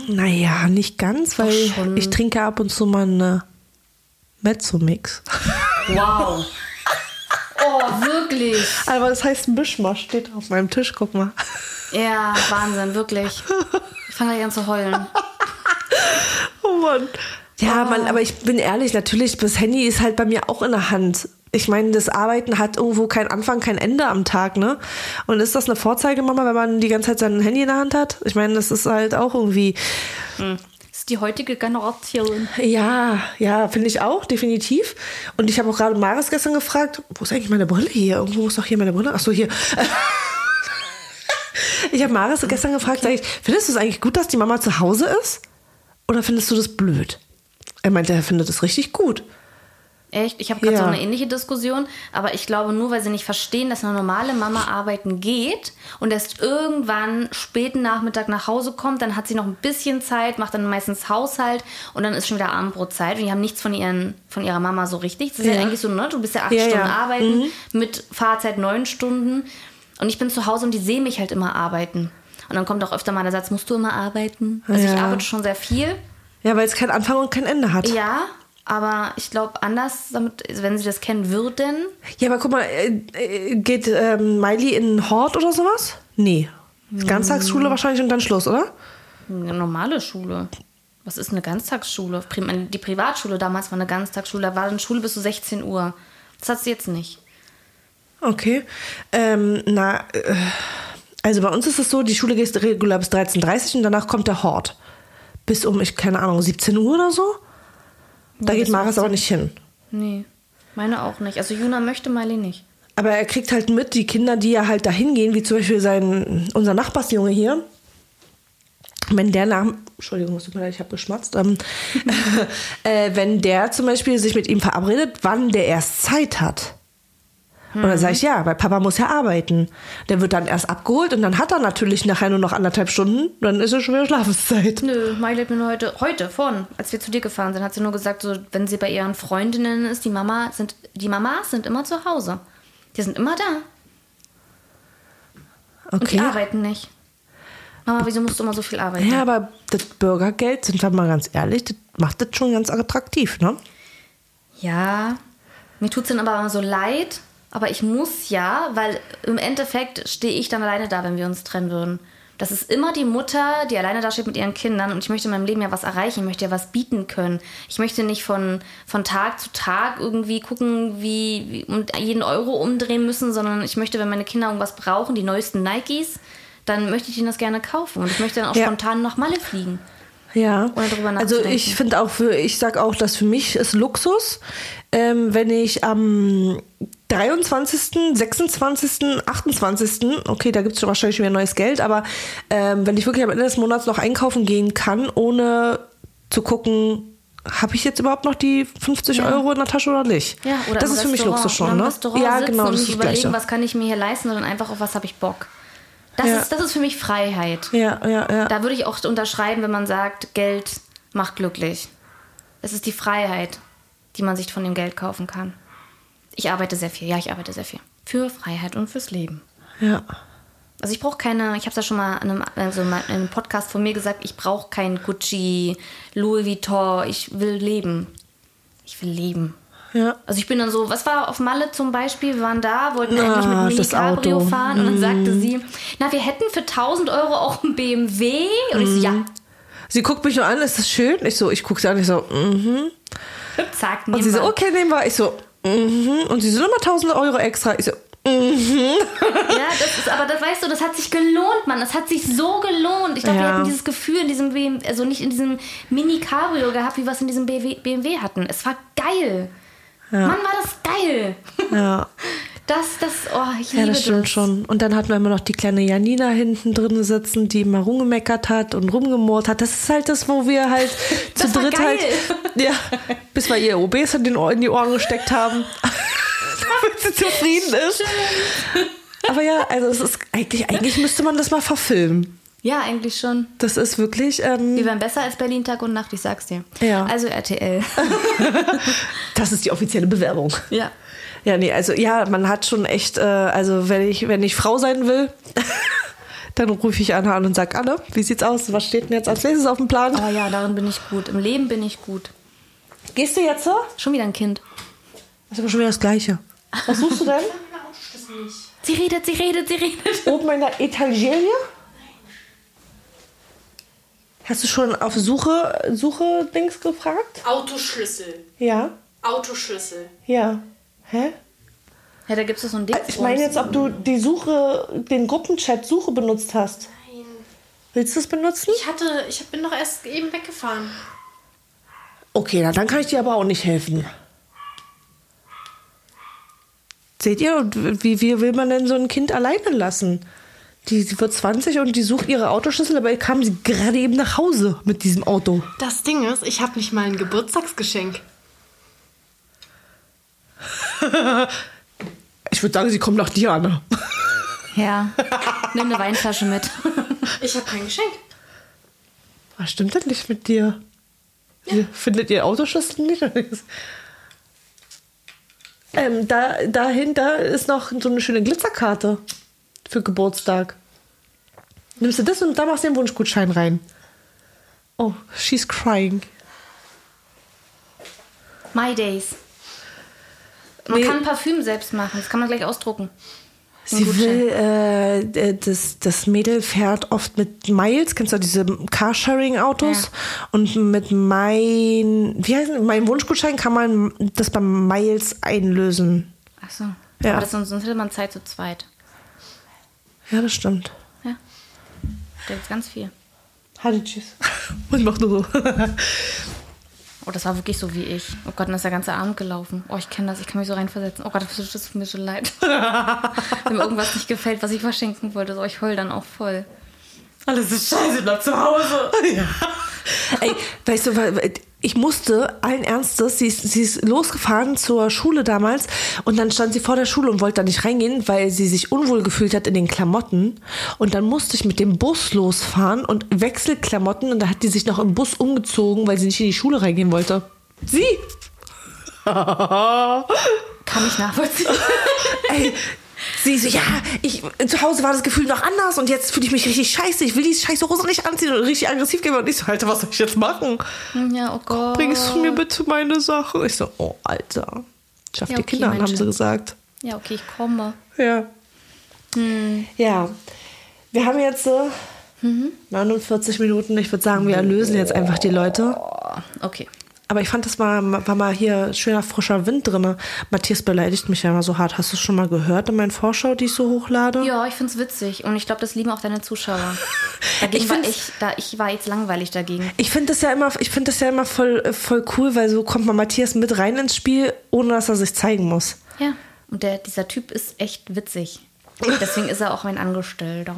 Speaker 1: Naja, nicht ganz, weil
Speaker 2: schon.
Speaker 1: ich trinke ab und zu mal eine Mezzo-Mix.
Speaker 2: Wow. Oh, wirklich.
Speaker 1: Aber das heißt ein Mischmasch, steht auf meinem Tisch, guck mal.
Speaker 2: Ja, Wahnsinn, wirklich. Ich fange gleich an zu heulen.
Speaker 1: Oh Mann. Ah. Ja, Mann, aber ich bin ehrlich, natürlich, das Handy ist halt bei mir auch in der Hand. Ich meine, das Arbeiten hat irgendwo keinen Anfang, kein Ende am Tag, ne? Und ist das eine Vorzeigemama, wenn man die ganze Zeit sein Handy in der Hand hat? Ich meine, das ist halt auch irgendwie.
Speaker 2: Das ist die heutige Generation.
Speaker 1: Ja, ja, finde ich auch, definitiv. Und ich habe auch gerade Maris gestern gefragt, wo ist eigentlich meine Brille hier? Irgendwo muss doch hier meine Brille. Ach so, hier. Ich habe Maris gestern gefragt, sag ich, findest du es eigentlich gut, dass die Mama zu Hause ist? Oder findest du das blöd? Er meinte, er findet es richtig gut.
Speaker 2: Echt? Ich habe gerade
Speaker 1: Ja.
Speaker 2: so eine ähnliche Diskussion, aber ich glaube nur, weil sie nicht verstehen, dass eine normale Mama arbeiten geht und erst irgendwann späten Nachmittag nach Hause kommt, dann hat sie noch ein bisschen Zeit, macht dann meistens Haushalt und dann ist schon wieder Abendbrotzeit und die haben nichts von, ihren, von ihrer Mama so richtig. Das ist ja,
Speaker 1: Ja.
Speaker 2: eigentlich so, ne? Du bist ja Mhm. acht
Speaker 1: Ja, ja.
Speaker 2: Stunden arbeiten mit Fahrzeit neun Stunden und ich bin zu Hause und die sehen mich halt immer arbeiten. Und dann kommt auch öfter mal der Satz, musst du immer arbeiten? Also ich
Speaker 1: Ja.
Speaker 2: arbeite schon sehr viel.
Speaker 1: Ja, weil es keinen Anfang und kein Ende hat. Ja,
Speaker 2: Ja, aber ich glaube anders, damit, wenn sie das kennen würden.
Speaker 1: aber guck mal, äh, äh, geht ähm, Miley in einen Hort oder sowas? Nee. Ganztagsschule wahrscheinlich und dann Schluss, oder?
Speaker 2: Eine normale Schule. Was ist eine Ganztagsschule? Pri- Die Privatschule damals war eine Ganztagsschule. Da war dann Schule bis zu 16 Uhr. Das hat sie jetzt nicht.
Speaker 1: Okay. Ähm, na, äh, also bei uns ist es so, die Schule geht regulär bis 13.30 Uhr und danach kommt der Hort. Bis um, ich keine Ahnung, 17 Uhr oder so. Da geht
Speaker 2: bis
Speaker 1: Maris aber nicht hin.
Speaker 2: Nee, meine auch nicht. Also Juna möchte Miley nicht.
Speaker 1: Aber er kriegt halt mit, die Kinder, die ja halt dahin gehen, wie zum Beispiel sein, unser Nachbarsjunge hier. Wenn der nach, Entschuldigung, es tut mir leid, ich habe geschmatzt. Ähm, äh, wenn der zum Beispiel sich mit ihm verabredet, wann der erst Zeit hat. Und dann
Speaker 2: Mhm.
Speaker 1: sage ich, ja, weil Papa muss ja arbeiten. Der wird dann erst abgeholt und dann hat er natürlich nachher nur noch anderthalb Stunden. Dann ist es schon wieder Schlafenszeit.
Speaker 2: Nö, Miley hat mir nur heute, heute vorhin, als wir zu dir gefahren sind, hat sie nur gesagt, so, wenn sie bei ihren Freundinnen ist, die Mama sind, die Mamas sind immer zu Hause. Die Die sind immer da. Und
Speaker 1: Okay.
Speaker 2: die arbeiten nicht. Mama, wieso musst du immer so viel arbeiten?
Speaker 1: Ja, aber das Bürgergeld, sind wir mal ganz ehrlich, das macht das schon ganz attraktiv, ne?
Speaker 2: Ja, mir tut es dann aber immer so leid, aber ich muss ja, weil im Endeffekt stehe ich dann alleine da, wenn wir uns trennen würden. Das ist immer die Mutter, die alleine da steht mit ihren Kindern und ich möchte in meinem Leben ja was erreichen, ich möchte ja was bieten können. Ich möchte nicht von, von Tag zu Tag irgendwie gucken, wie, wie und jeden Euro umdrehen müssen, sondern ich möchte, wenn meine Kinder irgendwas brauchen, die neuesten Nikes, dann möchte ich ihnen das gerne kaufen und ich möchte dann auch
Speaker 1: Ja.
Speaker 2: spontan nach Malle fliegen.
Speaker 1: Ja.
Speaker 2: Ohne drüber
Speaker 1: also
Speaker 2: nachzudenken.
Speaker 1: ich finde auch für, ich sag auch, dass für mich ist Luxus, ähm, wenn ich am 23., 26., 28., okay, da gibt es schon wahrscheinlich schon wieder neues Geld, aber ähm, wenn ich wirklich am Ende des Monats noch einkaufen gehen kann, ohne zu gucken, habe ich jetzt überhaupt noch die 50 Euro in der Tasche oder nicht?
Speaker 2: Ja, oder
Speaker 1: das
Speaker 2: im
Speaker 1: ist für mich
Speaker 2: Restaurant.
Speaker 1: Luxus schon,
Speaker 2: oder im
Speaker 1: ne?
Speaker 2: Restaurant
Speaker 1: ja,
Speaker 2: sitzen
Speaker 1: genau, das
Speaker 2: und nicht
Speaker 1: ist das
Speaker 2: überlegen,
Speaker 1: Gleiche.
Speaker 2: was kann ich mir hier leisten, sondern einfach, auf was habe ich Bock. Das,
Speaker 1: Ja.
Speaker 2: ist, das ist für mich Freiheit.
Speaker 1: Ja, ja, ja.
Speaker 2: Da würde ich auch unterschreiben, wenn man sagt, Geld macht glücklich. Es ist die Freiheit, die man sich von dem Geld kaufen kann. Ich arbeite sehr viel, ja, ich arbeite sehr viel. Für Freiheit und fürs Leben.
Speaker 1: ja.
Speaker 2: Also ich brauche keine, ich habe es ja schon mal in einem, also in einem Podcast von mir gesagt, ich brauche kein Gucci, Louis Vuitton, ich will leben. Ich will leben.
Speaker 1: ja.
Speaker 2: Also ich bin dann so, was war auf Malle zum Beispiel, wir waren da, wollten eigentlich mit
Speaker 1: Ah,
Speaker 2: einem Mini
Speaker 1: das
Speaker 2: Cabrio
Speaker 1: Auto. Mhm.
Speaker 2: fahren und dann sagte sie, na, wir hätten für 1000 Euro auch einen BMW. Und ich so,
Speaker 1: Mhm.
Speaker 2: ja,
Speaker 1: Sie guckt mich nur an, ist das schön? Ich so, ich gucke sie an, ich so, mhm.
Speaker 2: zack,
Speaker 1: Und sie
Speaker 2: nehmen
Speaker 1: so,
Speaker 2: wir.
Speaker 1: okay, nehmen wir. Ich so, mhm. Und sie so, nochmal 1000 Euro extra. Ich so, mm.
Speaker 2: Ja, das ist, aber das weißt du, das hat sich gelohnt, Mann. Das hat sich so gelohnt. Ich glaube, wir
Speaker 1: Ja.
Speaker 2: hätten dieses Gefühl in diesem BMW, also nicht in diesem Mini Cabrio gehabt, wie wir es in diesem BW BMW hatten. Es war geil. Mann, war das geil.
Speaker 1: ja,
Speaker 2: Das, das, oh, ich
Speaker 1: ja
Speaker 2: liebe
Speaker 1: das stimmt schon. Und dann hatten wir immer noch die kleine Janina hinten drin sitzen, die immer rumgemeckert hat und rumgemurrt hat. Das ist halt das, wo wir halt zu
Speaker 2: Das war
Speaker 1: dritt
Speaker 2: geil.
Speaker 1: halt, ja, bis wir ihr OBs in, den Ohr, in die Ohren gesteckt haben, damit sie zufrieden ist. Aber ja, also es ist eigentlich, eigentlich müsste man das mal verfilmen.
Speaker 2: Ja, eigentlich schon.
Speaker 1: Das ist wirklich,
Speaker 2: Wir
Speaker 1: ähm,
Speaker 2: wären besser als Berlin Tag und Nacht, ich sag's dir.
Speaker 1: Ja.
Speaker 2: Also RTL.
Speaker 1: das ist die offizielle Bewerbung.
Speaker 2: ja.
Speaker 1: Ja, nee, also ja, man hat schon echt, äh, also wenn ich, wenn ich Frau sein will, dann rufe ich Anna an und sage, Anne, wie sieht's aus? Was steht denn jetzt als nächstes auf dem Plan?
Speaker 2: Oh ja, darin bin ich gut. Im Leben bin ich gut.
Speaker 1: Gehst du jetzt so?
Speaker 2: Schon wieder ein Kind.
Speaker 1: Das ist aber schon wieder das Gleiche. Was suchst du denn?
Speaker 2: Sie redet, sie redet, sie redet.
Speaker 1: Oben in der Etagerie? Hast du schon auf Suche, Suche Dings gefragt?
Speaker 5: Autoschlüssel.
Speaker 1: Ja,
Speaker 5: Autoschlüssel.
Speaker 1: ja. Hä?
Speaker 2: Ja, da gibt's doch so ein Ding.
Speaker 1: Ich meine jetzt, ob du die Suche, den Gruppenchat Suche benutzt hast.
Speaker 5: Nein.
Speaker 1: Willst du es benutzen?
Speaker 5: Ich hatte, ich bin doch erst eben weggefahren.
Speaker 1: Okay, na, dann kann ich dir aber auch nicht helfen. Seht ihr, und wie, wie will man denn so ein Kind alleine lassen? Die, die wird 20 und die sucht ihre Autoschlüssel, dabei kam sie gerade eben nach Hause mit diesem Auto.
Speaker 5: Das Ding ist, ich habe nicht mal ein Geburtstagsgeschenk.
Speaker 1: Ich würde sagen, sie kommt nach dir, Anne.
Speaker 2: Ja. Nimm eine Weinflasche mit.
Speaker 5: Ich habe kein Geschenk.
Speaker 1: Was stimmt denn nicht mit dir? Ihr Findet ihr Autoschlüssel nicht? ähm, da, dahinter ist noch so eine schöne Glitzerkarte für Geburtstag. Nimmst du das und da machst du den Wunschgutschein rein. Oh, she's crying.
Speaker 2: My Days. Man
Speaker 1: Nee.
Speaker 2: kann Parfüm selbst machen. Das kann man gleich ausdrucken.
Speaker 1: Sie
Speaker 2: Gutschein.
Speaker 1: will, äh, d- das, das Mädel fährt oft mit Miles, kennst du diese Carsharing-Autos?
Speaker 2: Ja.
Speaker 1: Und mit mein, wie heißt mein Wunschgutschein kann man das bei Miles einlösen.
Speaker 2: Ach so.
Speaker 1: Ja.
Speaker 2: Aber das, sonst sonst hätte man Zeit zu zweit.
Speaker 1: Ja, das stimmt.
Speaker 2: Ja. Da gibt's ganz viel.
Speaker 1: Hallo, tschüss. Und mach nur so.
Speaker 2: Oh, das war wirklich so wie ich. Oh Gott, dann ist der ganze Abend gelaufen. Oh, ich kenne das. Ich kann mich so reinversetzen. Oh Gott, das tut das tut mir so leid. Wenn mir irgendwas nicht gefällt, was ich verschenken wollte. So, ich heul dann auch voll.
Speaker 1: Alles ist scheiße, bleib zu Hause. Ja. Ey, weißt du, weil- ich musste allen Ernstes, sie ist, sie ist losgefahren zur Schule damals und dann stand sie vor der Schule und wollte da nicht reingehen, weil sie sich unwohl gefühlt hat in den Klamotten. Und dann musste ich mit dem Bus losfahren und Wechselklamotten und da hat die sich noch im Bus umgezogen, weil sie nicht in die Schule reingehen wollte. Sie!
Speaker 2: Kann ich nachvollziehen.
Speaker 1: Ey, sie so, ja, ich, zu Hause war das Gefühl noch anders und jetzt fühle ich mich richtig scheiße. Ich will die scheiße Hose nicht anziehen und richtig aggressiv gehen. Und ich so, Alter, was soll ich jetzt machen?
Speaker 2: ja, oh Gott.
Speaker 1: Bringst du mir bitte meine Sache? Ich so, oh, Alter. Schaff
Speaker 2: Ja,
Speaker 1: die
Speaker 2: okay,
Speaker 1: Kinder an,
Speaker 2: mein
Speaker 1: haben sie
Speaker 2: Schatz. Hm.
Speaker 1: gesagt.
Speaker 2: Ja, okay, ich komme.
Speaker 1: Ja. Ja. Wir haben jetzt äh,
Speaker 2: Mhm.
Speaker 1: 49 Minuten. Ich würde sagen, wir erlösen jetzt einfach die Leute.
Speaker 2: Okay.
Speaker 1: Aber ich fand, das war, war mal hier schöner frischer Wind drin. Matthias beleidigt mich ja immer so hart. Hast du es schon mal gehört in meinen Vorschau, die ich so hochlade?
Speaker 2: Ja, ich find's witzig und ich glaube, das lieben auch deine Zuschauer. Dagegen
Speaker 1: Ich
Speaker 2: war
Speaker 1: find's-
Speaker 2: ich, da, ich war jetzt langweilig dagegen.
Speaker 1: Ich finde das ja immer, ich finde das ja immer voll, äh, voll cool, weil so kommt man Matthias mit rein ins Spiel, ohne dass er sich zeigen muss.
Speaker 2: Ja. Und der, dieser Typ ist echt witzig. Deswegen ist er auch mein Angestellter.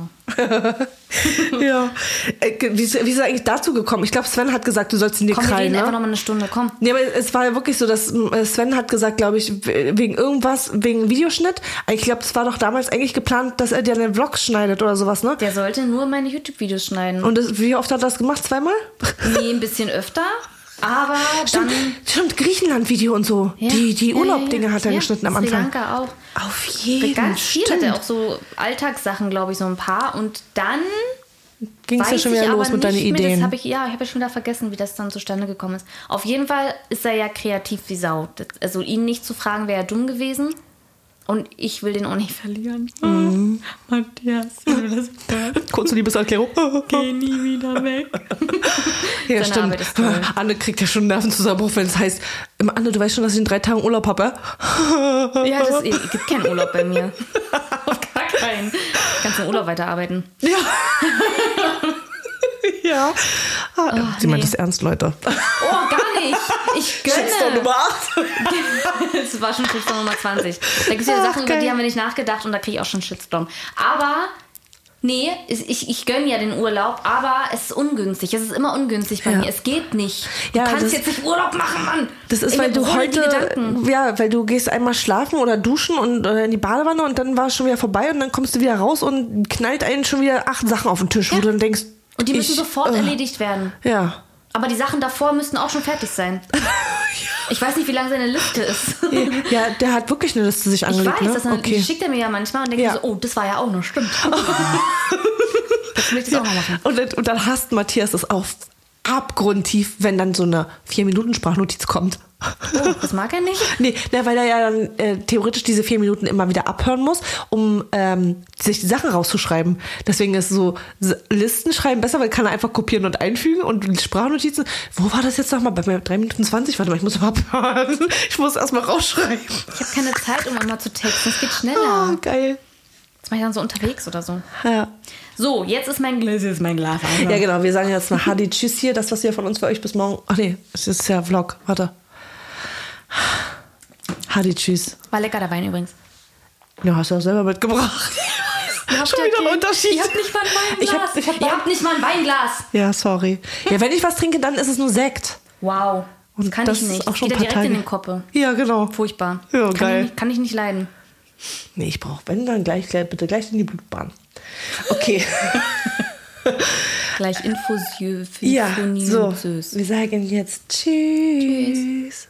Speaker 1: ja. Äh, wie, ist- wie ist er eigentlich dazu gekommen? Ich glaube, Sven hat gesagt, du sollst ihn dir
Speaker 2: Komm, wir
Speaker 1: krallen.
Speaker 2: reden
Speaker 1: Ne?
Speaker 2: einfach noch mal eine Stunde. Komm.
Speaker 1: Nee, aber es war ja wirklich so, dass äh, Sven hat gesagt, glaube ich, we- wegen irgendwas, wegen Videoschnitt. Ich glaube, es war doch damals eigentlich geplant, dass er dir einen Vlog schneidet oder sowas, ne?
Speaker 2: Der sollte nur meine YouTube-Videos schneiden.
Speaker 1: Und das, wie oft hat er das gemacht? Zweimal?
Speaker 2: nee, ein bisschen öfter. Aber
Speaker 1: Stimmt,
Speaker 2: dann.
Speaker 1: stimmt Griechenland-Video und so.
Speaker 2: Ja.
Speaker 1: Die, die
Speaker 2: Ja,
Speaker 1: Urlaub-Dinge
Speaker 2: ja, ja.
Speaker 1: hat er
Speaker 2: Ja,
Speaker 1: geschnitten am
Speaker 2: Sri
Speaker 1: Anfang.
Speaker 2: Lanka auch.
Speaker 1: Auf jeden Fall.
Speaker 2: Ganz viel hat er auch so Alltagssachen, glaube ich, so ein paar. Und dann
Speaker 1: Ging es ja schon
Speaker 2: ich
Speaker 1: wieder los
Speaker 2: aber
Speaker 1: mit deinen
Speaker 2: nicht Mehr, das
Speaker 1: Ideen.
Speaker 2: hab ich, ja, ich habe ja schon wieder vergessen, wie das dann zustande gekommen ist. Auf jeden Fall ist er ja kreativ wie Sau. Das, also ihn nicht zu fragen, wäre ja dumm gewesen. Und ich will den auch nicht verlieren. Matthias, wenn du das hörst,
Speaker 1: Kurze Liebeserklärung.
Speaker 2: geh nie wieder weg.
Speaker 1: ja,
Speaker 2: Seine
Speaker 1: stimmt. Ah,
Speaker 2: Arbeit ist toll.
Speaker 1: Anne kriegt ja schon einen Nervenzusammenbruch, wenn es heißt, "Ähm, Anne, du weißt schon, dass ich in drei Tagen Urlaub habe. ja? eh-
Speaker 2: Ja, das es gibt keinen Urlaub bei mir. Auf gar keinen. Kannst im Urlaub weiterarbeiten.
Speaker 1: Ja. ja. Ah, sie meint
Speaker 2: nee.
Speaker 1: das ernst, Leute.
Speaker 2: Oh, gar nicht. Ich
Speaker 1: Shitstorm
Speaker 2: gönne.
Speaker 1: Nummer 8.
Speaker 2: Das war schon Shitstorm Nummer 20. Da gibt es ja
Speaker 1: Ach,
Speaker 2: Sachen, über
Speaker 1: geil.
Speaker 2: die haben wir nicht nachgedacht und da kriege ich auch schon Shitstorm. Aber, nee, es- ich, ich gönne ja den Urlaub, aber es ist ungünstig. Es ist immer ungünstig bei
Speaker 1: Ja.
Speaker 2: mir. Es geht nicht. Du
Speaker 1: Ja, das-
Speaker 2: kannst jetzt nicht Urlaub machen, Mann.
Speaker 1: Das ist,
Speaker 2: Ey,
Speaker 1: weil
Speaker 2: mir
Speaker 1: du
Speaker 2: beruhigen die Gedanken.
Speaker 1: heute, ja, weil du gehst einmal schlafen oder duschen und oder in die Badewanne und dann war es schon wieder vorbei und dann kommst du wieder raus und knallt einen schon wieder acht Sachen auf den Tisch, wo
Speaker 2: Ja.
Speaker 1: du dann denkst,
Speaker 2: Und die müssen
Speaker 1: ich,
Speaker 2: sofort
Speaker 1: äh,
Speaker 2: erledigt werden.
Speaker 1: Ja.
Speaker 2: Aber die Sachen davor müssten auch schon fertig sein. Ich weiß nicht, wie lang seine Liste ist.
Speaker 1: Ja, der hat wirklich eine Liste sich
Speaker 2: Ich
Speaker 1: angelegt.
Speaker 2: weiß,
Speaker 1: ne?
Speaker 2: das
Speaker 1: okay.
Speaker 2: schickt er mir ja manchmal und denke
Speaker 1: Ja.
Speaker 2: mir so, oh, das war ja auch noch, stimmt. das will ich das auch noch machen.
Speaker 1: Und, dann- und dann hasst Matthias das auch abgrundtief, wenn dann so eine vier Minuten Sprachnotiz kommt.
Speaker 2: Oh, das mag er nicht.
Speaker 1: Nee, na, weil er ja dann äh, theoretisch diese vier Minuten immer wieder abhören muss, um ähm, sich die Sachen rauszuschreiben. Deswegen ist so S- Listen schreiben besser, weil kann er einfach kopieren und einfügen und Sprachnotizen. Wo war das jetzt nochmal? Bei mir drei Minuten zwanzig. Warte mal, ich muss mal abhören. Ich muss erstmal rausschreiben.
Speaker 2: Ich habe keine Zeit, um immer zu texten. Es geht
Speaker 1: Ah,
Speaker 2: schneller.
Speaker 1: geil.
Speaker 2: Das mache ich dann so unterwegs oder so.
Speaker 1: Ja.
Speaker 2: So, jetzt ist mein Glas, jetzt ist mein Glas. Also.
Speaker 1: ja, genau. Wir sagen jetzt mal Hadi, tschüss hier. Das, was wir von uns für euch bis morgen. Ach nee, es ist ja Vlog. Warte. Hadi, tschüss.
Speaker 2: War lecker der Wein übrigens.
Speaker 1: Ja, hast du auch selber mitgebracht. Schon
Speaker 2: ja
Speaker 1: wieder ein
Speaker 2: kein-
Speaker 1: Unterschied.
Speaker 2: Ihr habt nicht mal ein Weinglas.
Speaker 1: Ich hab, ich hab
Speaker 2: Ihr habt nicht mal ein Weinglas.
Speaker 1: Ja, sorry. Ja, wenn ich was trinke, dann ist es nur Sekt.
Speaker 2: Wow.
Speaker 1: Und
Speaker 2: kann
Speaker 1: das
Speaker 2: ich nicht.
Speaker 1: ist auch schon
Speaker 2: Geht
Speaker 1: ein
Speaker 2: ja
Speaker 1: paar
Speaker 2: direkt
Speaker 1: Tage.
Speaker 2: in den Koppe.
Speaker 1: Ja, genau.
Speaker 2: Furchtbar.
Speaker 1: Ja,
Speaker 2: kann
Speaker 1: geil.
Speaker 2: Ich nicht, kann ich nicht leiden.
Speaker 1: Nee, ich brauche, wenn, dann gleich, gleich, bitte gleich in die Blutbahn. Okay.
Speaker 2: Gleich Infusion.
Speaker 1: ja, so.
Speaker 2: Süß.
Speaker 1: Wir sagen jetzt Tschüss.